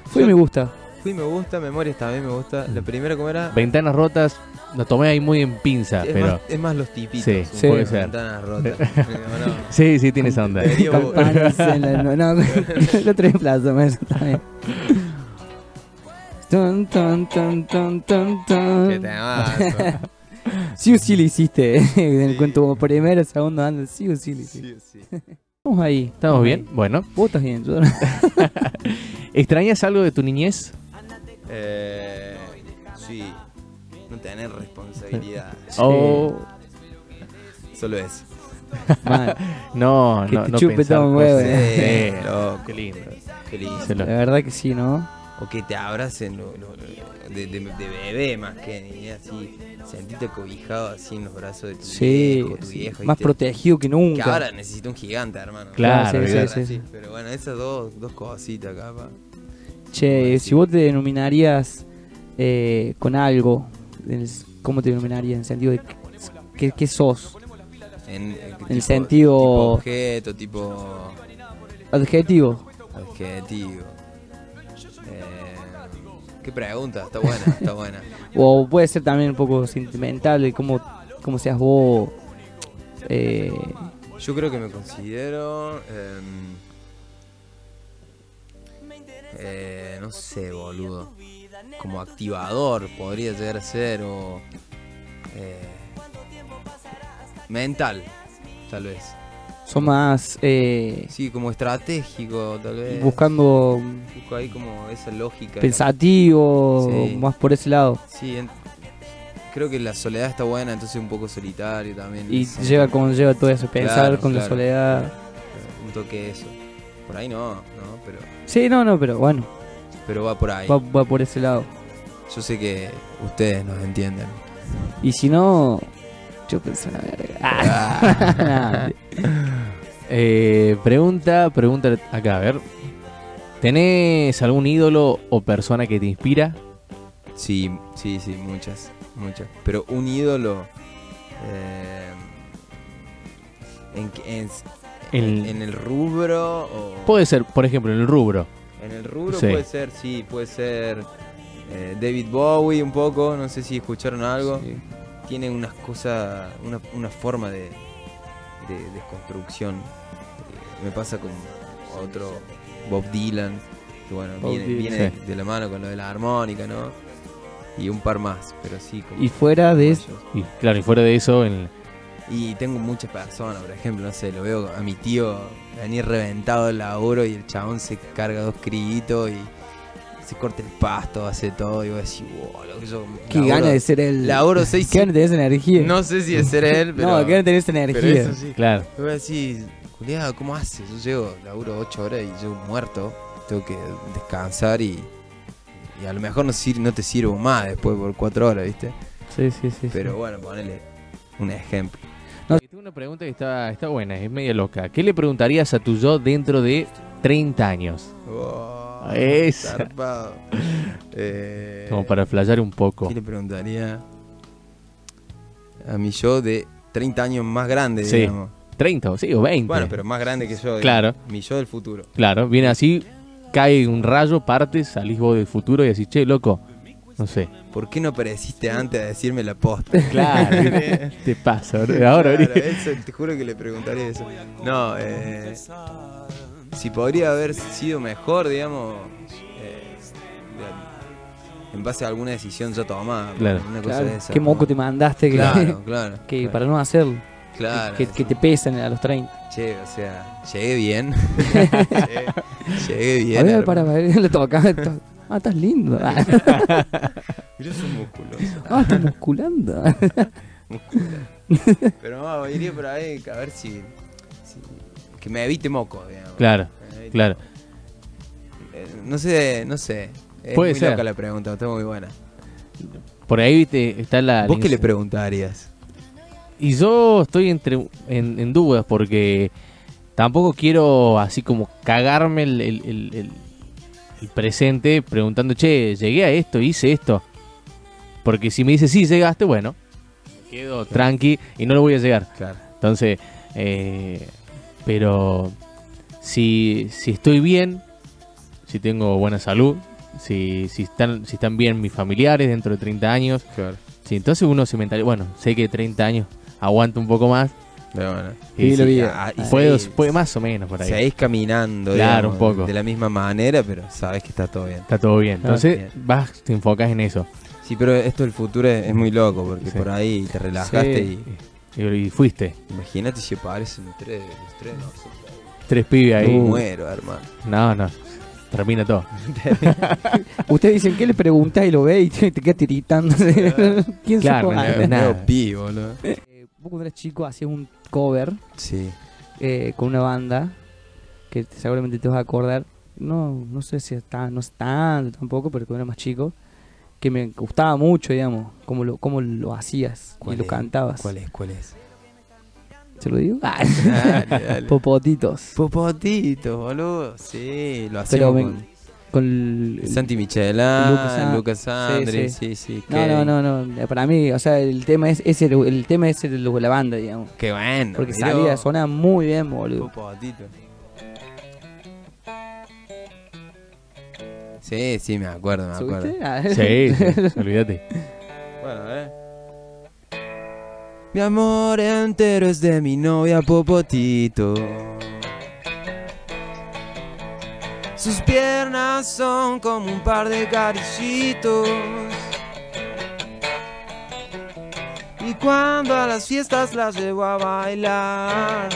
S2: Fue y me gusta.
S4: Fui me gusta, memorias también me gusta. La primera como era...
S3: Ventanas rotas, lo tomé ahí muy en pinza,
S4: es,
S3: pero.
S4: más, es más los tipitos.
S3: Sí,
S4: un
S3: sí.
S4: poco
S3: puede
S4: de
S3: ser.
S4: Ventanas rotas. No, no.
S3: Sí, sí, tienes onda.
S4: Debería volver.
S2: Campanas en la- no, no, lo tres plazo, me también. Tun, tun, tun, tun, tun, tun.
S4: Qué temazo.
S2: Sí o sí lo hiciste. En cuanto primero, segundo ando, sí o sí lo hiciste.
S4: Sí, sí.
S2: Estamos ahí.
S3: ¿Estamos bien? Bueno.
S2: Vos estás bien, yo no.
S3: ¿Extrañas algo de tu niñez?
S4: Eh, sí. No tener responsabilidad.
S3: O-
S4: Solo eso.
S2: Mal.
S3: No,
S2: Que
S3: no,
S2: te
S3: no
S2: chupe
S3: pensar
S2: todo un
S3: cosas.
S2: huevo, eh.
S3: Sí,
S4: loco.
S3: Qué lindo.
S4: Qué lindo.
S3: Se
S2: La
S3: lo-
S2: verdad que sí, ¿no?
S4: O que te abracen lo- lo- lo- de, de- de bebé más que de niña, así. Sentirte cobijado así en los brazos de tu
S2: Sí,
S4: viejo, tu
S2: sí.
S4: viejo.
S2: más
S4: ¿viste?
S2: protegido que
S4: Que
S2: nunca.
S4: ahora necesito un gigante, hermano.
S2: Claro,
S3: Claro,
S2: sí,
S4: Ahora
S3: olvidate.
S2: sí, sí.
S4: Pero bueno, esas dos, dos cositas acá, pa.
S2: Che, eh, si vos te denominarías eh, con algo, en el- ¿cómo te denominarías? En el sentido de qué, qué sos.
S4: En, eh,
S2: el sentido-
S4: Tipo objeto, tipo.
S2: Adjetivo.
S4: Adjetivo. Eh, ¿Qué pregunta? Está buena, está buena.
S2: O puede ser también un poco sentimental de cómo, cómo seas vos. eh,
S4: Yo creo que me considero. em, eh, no sé, boludo. Como activador podría llegar a ser o. eh, mental, tal vez.
S2: son más eh,
S4: Sí, como estratégico, tal vez.
S2: buscando
S4: Busco ahí como esa lógica.
S2: pensativo,
S4: Sí.
S2: más por ese lado.
S4: Sí, en- creo que la soledad está buena, entonces un poco solitario también.
S2: Y
S4: Sí.
S2: lleva como lleva todo eso, pensar
S4: Claro,
S2: con la
S4: claro.
S2: soledad.
S4: Un toque de eso. Por ahí no, no, pero,
S2: Sí, no, no, pero bueno,
S4: pero va por ahí.
S2: va, va por ese lado.
S4: Yo sé que ustedes nos entienden.
S2: Y si no, yo pensé una verga. Ah.
S3: Eh, pregunta, pregunta acá, a ver. ¿Tenés algún ídolo o persona que te inspira?
S4: Sí, sí, sí, muchas, muchas. Pero un ídolo eh, en, que- en-
S3: El-
S4: en el rubro o-
S3: Puede ser, por ejemplo, en el rubro.
S4: en el rubro
S3: Sí.
S4: puede ser, sí, puede ser eh, David Bowie un poco, no sé si escucharon algo.
S2: Sí.
S4: Tiene unas cosas, una, una forma de, de desconstrucción. Eh, Me pasa con otro Bob Dylan, que bueno,
S2: Bob
S4: viene,
S2: Dylan.
S4: viene de, la mano con lo de la armónica, ¿no? Y un par más, pero sí. Como
S2: Y fuera de
S4: ellos.
S2: eso,
S3: Y claro, y fuera de eso, en-
S4: Y tengo muchas personas, por ejemplo, no sé, lo veo a mi tío venir reventado del laburo y el chabón se carga dos crillitos y se corta el pasto, hace todo y voy a decir, wow, lo que yo...
S2: qué
S4: laburo-
S2: gana de ser el.
S4: Laburo seis...
S2: Qué gana de tener esa energía.
S4: No sé si es ser él, pero...
S2: no, qué gana de tener esa
S4: pero
S2: energía.
S4: eso sí.
S3: claro.
S4: Yo voy a decir, culiado, ¿cómo haces? Yo llego, laburo 8 horas y llego muerto. Tengo que descansar y, y a lo mejor no, sir- no te sirvo más después por 4 horas, ¿viste?
S2: Sí, sí, sí. sí.
S4: Pero bueno, ponele un ejemplo.
S2: No.
S3: Tengo una pregunta que está, está buena, es media loca. ¿Qué le preguntarías a tu yo dentro de 30 años?
S4: Oh,
S3: Esa.
S4: zarpado. Eh,
S3: Como para flashear un poco.
S4: ¿Qué le preguntaría a mi yo de 30 años más grande,
S3: Sí.
S4: digamos?
S3: 30, o sí, o 20.
S4: Bueno, pero más grande que yo. digamos.
S3: Claro.
S4: Mi yo del futuro.
S3: Claro, viene así, cae un rayo, partes, salís vos del futuro y decís, che, loco, no sé.
S4: ¿Por qué no apareciste antes a decirme la posta?
S3: Claro, ¿qué te pasa? bro? Ahora
S4: Claro, eh.
S3: abrí.
S4: eso, te juro que le preguntaría eso. No, eh, si podría haber sido mejor, digamos, eh, de- en base a alguna decisión ya tomada.
S3: Claro.
S4: una cosa
S2: Claro,
S4: de esa,
S2: qué
S4: como-
S2: moco te mandaste que,
S4: Claro, claro.
S2: que
S4: claro,
S2: para no hacerlo,
S4: claro,
S2: que, que te pesan a los 30.
S4: che, o sea, llegué bien. llegué, llegué bien.
S2: A ver,
S4: hermano.
S2: para, para, le toca. to- Ah, estás lindo. Ah,
S4: Mirá esos músculos.
S2: ah, estás musculando.
S4: Pero no, iría por ahí a ver si. si- que me evite moco, digamos.
S3: Claro,
S4: Que me evite
S3: claro.
S4: moco. Eh, No sé, no sé. Es
S3: Puede
S4: muy
S3: ser.
S4: loca la pregunta, está muy buena.
S3: Por ahí viste, está la...
S4: ¿Vos qué le
S3: la-
S4: preguntarías?
S3: Y yo estoy entre en, en dudas porque tampoco quiero así como cagarme el, el- el- el- el presente preguntando, che, llegué a esto, hice esto. Porque si me dice, sí, llegaste, bueno, me quedo tranqui y no lo voy a llegar.
S4: Claro.
S3: Entonces, eh, pero si, si estoy bien, si tengo buena salud, si, si, están, si están bien mis familiares dentro de 30 años,
S4: Claro.
S3: Sí, entonces uno se mentaliza. Bueno, sé que 30 años aguanto un poco más.
S4: De buena.
S2: Y lo vi.
S4: ah, y
S3: puedo,
S4: seguís-
S3: puede más o menos por ahí.
S4: Seguís caminando,
S3: Claro,
S4: digamos,
S3: un poco.
S4: De la misma manera, pero sabes que está todo bien.
S3: Está todo bien.
S2: Claro.
S3: Entonces
S4: Bien.
S3: vas, te enfocas en eso.
S4: Sí, pero esto del futuro es, es muy loco, porque
S3: Sí.
S4: por ahí te relajaste
S3: y, y fuiste.
S4: y. Imagínate si aparecen tres, los tres, no sé,
S3: Tres pibes ahí. Uh.
S4: me muero, hermano.
S3: No, no. Termina todo.
S2: Ustedes dicen, ¿qué le preguntas y lo ve y te, te quedas tiritando? ¿Quién
S3: Claro,
S2: supo?
S3: me-
S2: Ah,
S3: me-
S2: no.
S3: nada.
S4: Medio pi, boludo.
S2: Eh, Vos cuando eras chico hacías un cover
S4: Sí.
S2: eh, con una banda que te- seguramente te vas a acordar. No, no sé si está, no es tanto tampoco, pero cuando era más chico, que me gustaba mucho, digamos, cómo lo, cómo lo hacías y
S4: ¿Cuál
S2: lo
S4: es?
S2: cantabas.
S4: ¿Cuál es? ¿Cuál es?
S2: ¿Se lo digo? Ah,
S4: Dale, dale.
S2: Popotitos.
S4: Popotito, boludo. Sí, lo
S2: Pero
S4: hacemos
S2: me-
S4: con
S2: con el-
S4: Santi Michelán,
S2: Lucas
S4: Lucas,
S2: Sa-
S4: Sandri,
S2: sí,
S4: sí, sí.
S2: No, no, no, no, para mí, o sea, el tema es ese, el tema es el de la banda, digamos.
S4: Qué bueno.
S2: Porque
S4: mirá
S2: salía,
S4: vos.
S2: sonaba muy bien, boludo.
S4: Popotito. Sí, sí, me acuerdo, me acuerdo.
S2: ¿Subiste? Ah,
S3: Sí, sí, olvídate.
S4: Bueno, a ver. Mi amor entero es de mi novia Popotito. Sus piernas son como un par de caricitos. Y cuando a las fiestas las llevo a bailar.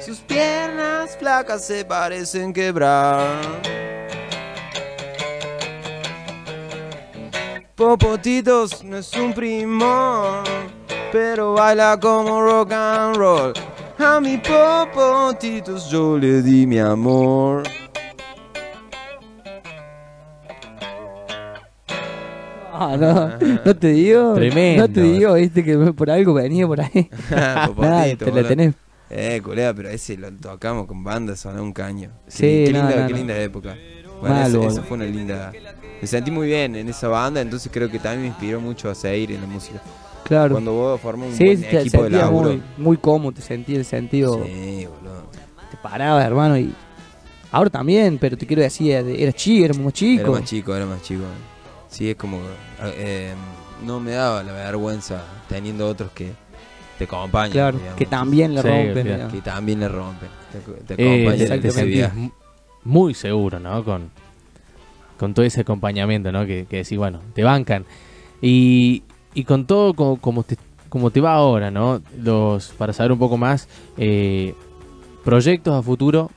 S4: Sus piernas flacas se parecen quebrar. Popotitos no es un primor, pero baila como rock and roll. A mi Popotitos yo le di mi amor.
S2: No, no, no te digo.
S3: Tremendo.
S2: No te digo, viste, que por algo venía por ahí. Nada, te la tenés.
S4: Eh, colega, pero ese lo tocamos con banda, sonó un caño. Qué
S2: Sí,
S4: lin- qué,
S2: no,
S4: linda,
S2: no,
S4: qué
S2: no.
S4: linda época. Bueno,
S2: Mal,
S4: ese-
S2: boludo.
S4: esa fue una linda. Me sentí muy bien en esa banda, entonces creo que también me inspiró mucho a seguir en la música.
S2: Claro.
S4: Cuando vos formás un
S2: Sí,
S4: buen
S2: te
S4: equipo de
S2: sentías
S4: laburo.
S2: muy, muy cómodo, te sentías el sentido.
S4: Sí, boludo.
S2: Te parabas, hermano, y. Ahora también, pero te quiero decir, era chico, éramos
S4: Era
S2: chicos.
S4: más chico, era más chico. Sí, es como. eh, no me daba la vergüenza teniendo otros que te acompañan.
S2: Claro,
S4: digamos.
S2: que también la
S3: Sí,
S2: rompen.
S3: bien.
S2: digamos.
S4: Que también le rompen. Te, aco- te
S3: Eh,
S4: acompañan en
S3: te
S4: ese
S2: exactamente.
S3: sentís
S4: viaje.
S3: mu- muy seguro, ¿no? Con, con todo ese acompañamiento, ¿no? Que, que decís, bueno, te bancan. Y, y con todo como, como te, como te va ahora, ¿no? Los, para saber un poco más, eh, proyectos a futuro,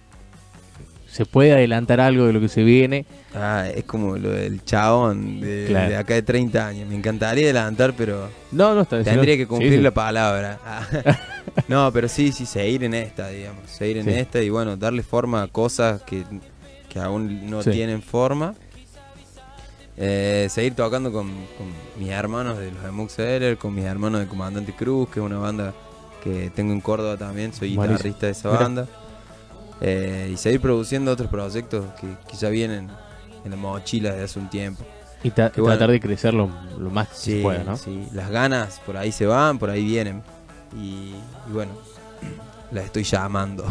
S3: ¿se puede adelantar algo de lo que se viene?
S4: Ah, es como lo del chabón de,
S3: Claro.
S4: de acá de 30 años. Me encantaría adelantar, pero
S3: No, no está
S4: tendría que cumplir
S3: sí, sí.
S4: la palabra. Ah, no, pero sí, sí, seguir en esta, digamos. Seguir en
S3: Sí.
S4: esta y bueno, darle forma a cosas que, que aún no
S3: Sí.
S4: tienen forma. Eh, seguir tocando con, con mis hermanos de los Emux Seller, con mis hermanos de Comandante Cruz, que es una banda que tengo en Córdoba también, soy
S3: Buenísimo.
S4: guitarrista de esa
S3: Mirá.
S4: banda. Eh, y seguir produciendo otros proyectos que, que ya vienen en la mochila desde hace un tiempo.
S3: Y ta-
S4: que bueno.
S3: tratar de crecer lo, lo más que se
S4: Sí,
S3: pueda, ¿no?
S4: sí. Las ganas por ahí se van, por ahí vienen. Y, y bueno, las estoy llamando.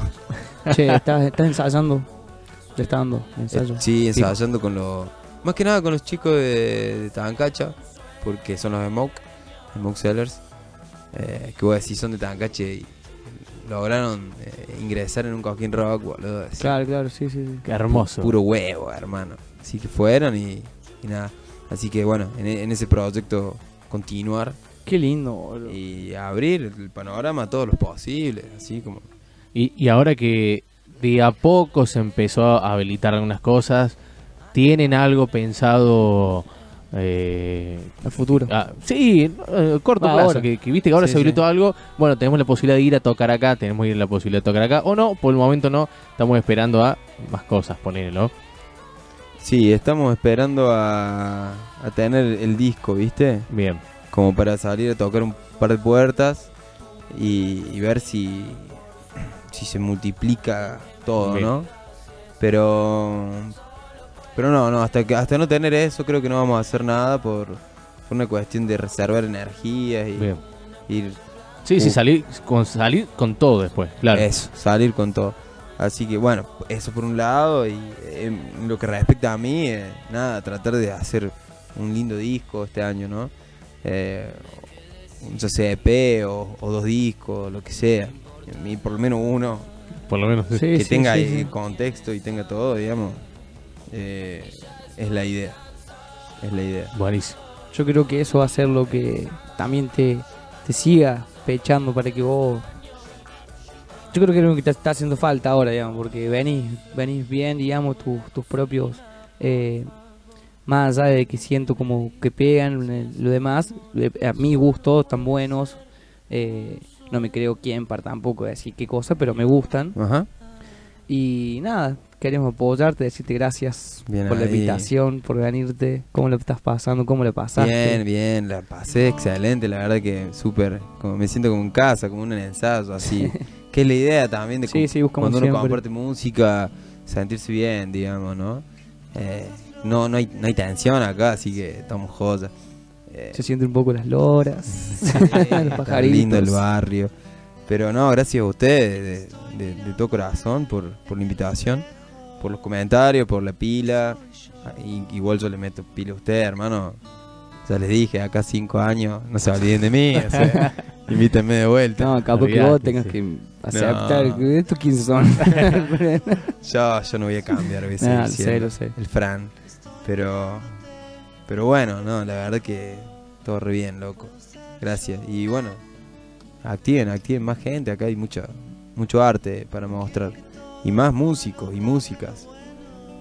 S2: Che, estás, estás ensayando. Ya está dando ensayo.
S4: Eh, Sí, ensayando con los. Más que nada con los chicos de, de Tancacha, porque son los Smoke, Smoke Sellers. eh, que voy a decir, son de Tancache y lograron eh, ingresar en un coquín rock, boludo. así,
S2: Claro, claro, sí, sí. sí.
S3: Qué hermoso.
S4: Puro huevo, hermano. Así que fueron y, y nada. Así que bueno, en, e- en ese proyecto continuar
S2: Qué lindo, boludo.
S4: y abrir el panorama a todos los posibles, así como
S3: Y, y ahora que de a poco se empezó a habilitar algunas cosas, ¿tienen algo pensado? eh,
S2: Al futuro.
S3: ah, sí, eh, corto
S2: Va,
S3: plazo,
S2: ahora.
S3: que, que viste que ahora
S4: Sí,
S3: se habilitó
S4: sí.
S3: algo. Bueno, tenemos la posibilidad de ir a tocar acá, tenemos la posibilidad de tocar acá, o no, por el momento no, estamos esperando a más cosas, ponele, ¿no?
S4: Sí, estamos esperando a, a tener el disco, ¿viste?
S3: Bien.
S4: Como para salir a tocar un par de puertas y, y ver si, si se multiplica todo,
S3: Bien.
S4: ¿no? Pero pero no, no, hasta que hasta no tener eso creo que no vamos a hacer nada por, por una cuestión de reservar energías y
S3: Bien.
S4: ir
S3: Sí, sí,
S4: Uh.
S3: salir con, salir con todo después, claro.
S4: Eso, salir con todo. Así que bueno, eso por un lado y eh, en lo que respecta a mí, eh, nada, tratar de hacer un lindo disco este año, ¿no? Eh, un CCP o, o dos discos, lo que sea. A mí por lo menos uno
S3: Por lo menos.
S2: Sí,
S4: que
S2: sí,
S4: tenga
S2: sí,
S4: eh,
S2: sí.
S4: contexto y tenga todo, digamos, eh, es la idea. Es la idea.
S3: Buenísimo.
S2: Yo creo que eso va a ser lo que también te, te siga pechando para que vos. Yo creo que es lo que te está haciendo falta ahora, digamos, porque venís, venís bien, digamos, tus, tus propios. eh, más allá de que siento como que pegan eh, lo demás, eh, a mi gusto están buenos. eh, no me creo quién para tampoco decir qué cosa, pero me gustan.
S4: Ajá.
S2: Y nada, queremos apoyarte, decirte gracias
S4: Bien
S2: por la
S4: ahí.
S2: invitación, por venirte, cómo lo estás pasando, cómo lo pasaste.
S4: Bien, bien, la pasé excelente, la verdad que súper, como me siento como en casa, como en un ensayo, así. que es la idea también de
S2: Sí,
S4: com-
S2: sí, buscamos
S4: cuando uno
S2: siempre.
S4: comparte música, sentirse bien, digamos, ¿no? Eh, no, no hay, no hay tensión acá, así que estamos joyas. Eh,
S2: Se sienten un poco las loras,
S4: sí,
S2: los
S4: está
S2: pajaritos.
S4: lindo el barrio. Pero no, gracias a ustedes de, de- de todo corazón por, por la invitación, por los comentarios, por la pila. Ah, y- igual yo le meto pila a ustedes, hermano. Ya les dije, acá cinco años, no se olviden de mí. o sea, invítenme de vuelta.
S2: No, capaz que
S3: Olvidate,
S2: vos tengas
S3: sí.
S2: que aceptar
S4: No.
S2: que estos 15 son.
S4: Yo, yo no voy a cambiar, voy a seguir
S2: Nah,
S4: siendo
S2: cero, cero.
S4: el Fran. Pero, pero bueno, no, la verdad que todo re bien, loco. Gracias. Y bueno, activen, activen más gente. Acá hay mucha, mucho arte para mostrar. Y más músicos y músicas.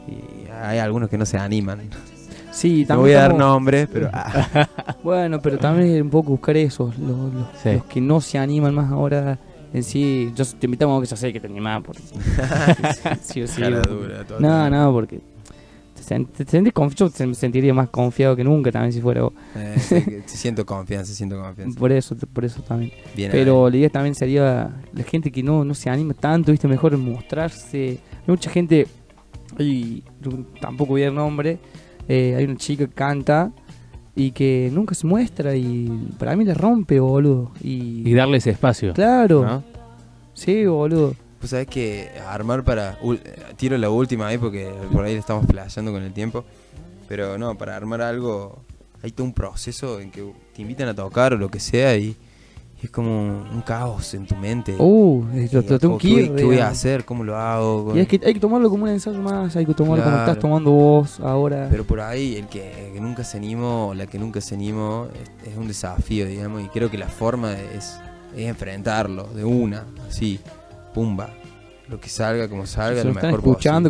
S4: Y hay algunos que no se animan.
S2: Sí,
S4: No voy
S2: también.
S4: a dar
S2: estamos-
S4: nombres, pero ah,
S2: Bueno, pero también es un poco buscar esos, los, los-
S3: Sí.
S2: los que no se animan más ahora en sí. Yo te invitamos a que ya sé que te animás. Porque, sí o sí.
S4: cara
S2: porque-
S4: dura, todo
S2: No,
S4: el
S2: no, porque te, sen- te sentís confi- yo te- me sentiría más confiado que nunca también si fuera vos.
S4: tiempo. Eh, sí, que- sí, siento confianza, siento confianza.
S2: Por eso, por eso también.
S4: Bien
S2: Pero la idea también sería la gente que no, no se anima tanto, viste, mejor mostrarse. Hay mucha gente, y tampoco voy a dar nombre, eh, hay una chica que canta y que nunca se muestra y para mí la rompe, boludo. Y,
S3: Y darle ese espacio.
S2: claro,
S3: ¿no?
S2: sí, boludo.
S4: Pues sabes que armar para. ul- Tiro la última ahí porque por ahí le estamos playando con el tiempo. Pero no, para armar algo hay todo un proceso en que te invitan a tocar o lo que sea y, y es como un caos en tu mente.
S2: Uh, eh, lo,
S4: Y
S2: lo tengo
S4: como,
S2: que
S4: ¿qué voy-
S2: ir,
S4: ¿Qué voy a
S2: digamos.
S4: hacer? ¿Cómo lo hago?
S2: Y es que hay que tomarlo como un ensayo más, hay que tomarlo como
S4: Claro.
S2: estás tomando vos ahora.
S4: Pero por ahí el que, el que nunca se animó o la que nunca se animó es, es un desafío, digamos, y creo que la forma de- es, es enfrentarlo de una, así, pumba. Lo que salga, como salga,
S2: si
S4: lo
S2: lo
S4: mejor
S2: están escuchando,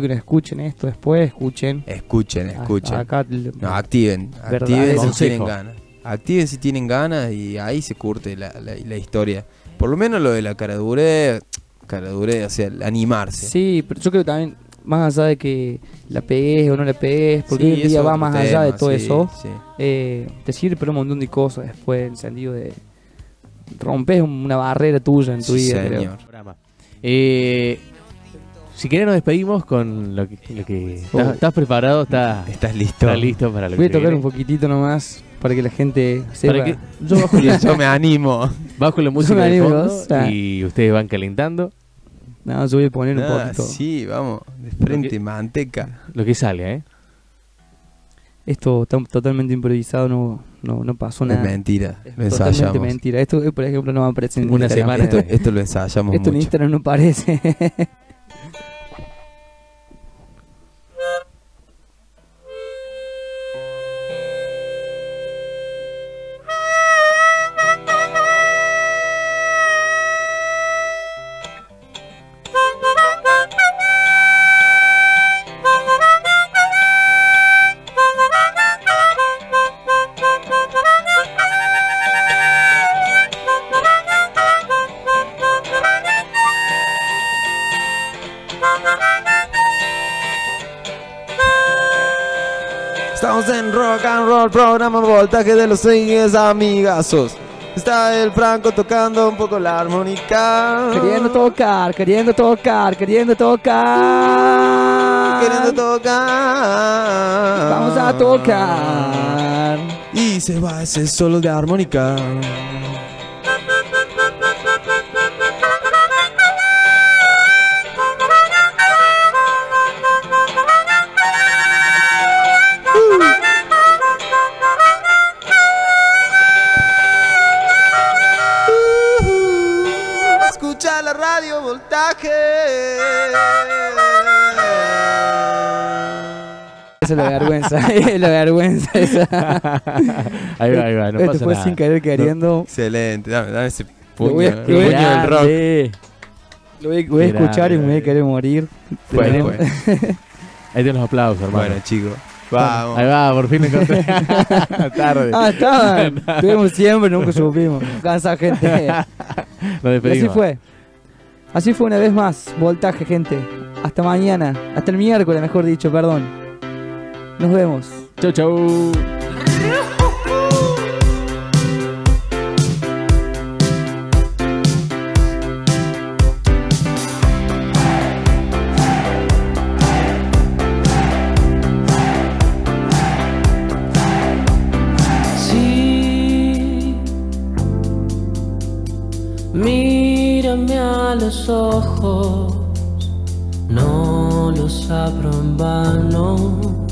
S4: posible.
S2: que nos escuchen esto después, escuchen.
S4: Escuchen, escuchen.
S2: Acá lo-
S4: No, activen, activen si
S3: Consejo.
S4: tienen ganas. Activen si tienen ganas y ahí se curte la, la- la historia. Por lo menos lo de la caradure, caradure, o sea, el animarse.
S2: Sí, pero yo creo que también, más allá de que la pegues o no la pegues, porque
S4: Sí,
S2: hoy en
S4: eso
S2: día
S4: es
S2: va
S4: otro
S2: más allá de
S4: tema,
S2: todo
S4: sí,
S2: eso,
S4: sí.
S2: eh, te sirve para un montón de cosas después, en el sentido de rompes una barrera tuya en tu
S4: Sí,
S2: vida, creo.
S4: señor.
S3: programa. Eh, si querés nos despedimos con lo que... lo que- ¿estás,
S2: Oh.
S3: estás preparado? ¿Estás,
S4: ¿Estás listo?
S3: estás listo para lo
S2: Voy a
S3: que
S2: tocar
S3: viene?
S2: un poquitito nomás para que la gente
S3: Para
S2: sepa.
S3: que yo bajo,
S4: Yo me animo.
S3: bajo la música
S2: me
S3: de
S2: animo,
S3: fondo
S2: o sea.
S3: y ustedes van calentando
S2: No, yo voy a poner un
S4: Ah,
S2: poquito.
S4: sí, vamos, de frente,
S3: Porque-
S4: manteca.
S3: lo que sale, ¿eh?
S2: Esto está totalmente improvisado, no, no, no pasó
S4: Es
S2: nada.
S4: mentira,
S2: Es
S4: lo
S2: totalmente
S4: ensayamos.
S2: mentira. Esto, eh, por ejemplo, no va a aparecer en
S3: Una
S2: Instagram.
S3: semana
S4: Esto,
S2: Esto,
S4: esto lo ensayamos
S2: esto en
S4: mucho.
S2: Instagram no aparece.
S5: and roll, programa voltaje de los singles amigazos. Está el Franco tocando un poco la armónica.
S2: Queriendo tocar, queriendo tocar, queriendo tocar.
S5: Queriendo tocar.
S2: Vamos a tocar.
S5: Y se va ese solo de armónica. Escucha la radio voltaje.
S2: Esa es la vergüenza, es la vergüenza esa.
S3: Ahí va, ahí va,
S2: Esto
S3: no pasa
S2: Este fue
S3: nada.
S2: sin querer queriendo.
S5: Excelente, dame, dame ese
S2: Lo
S5: puño,
S2: voy a eh.
S5: el puño del
S2: escuchar.
S5: rock.
S2: sí. Lo voy, voy a
S3: Grande,
S2: escuchar y me voy
S3: grande.
S2: a querer morir.
S5: Bueno,
S2: Tenemos-
S5: bueno,
S3: Ahí tienen los aplausos, hermano.
S5: bueno, chicos, vamos.
S3: Ahí va, por fin lo encontré. Tarde.
S2: Ah, estaban. Tuvimos siempre, nunca supimos. Cansa gente.
S3: Nos
S2: Y
S3: despedimos.
S2: así fue. Así fue una vez más. Voltaje, gente. Hasta mañana. Hasta el miércoles, mejor dicho, perdón. Nos vemos.
S3: Chau, chau.
S1: Sí, mírame a los ojos, no los abro en vano.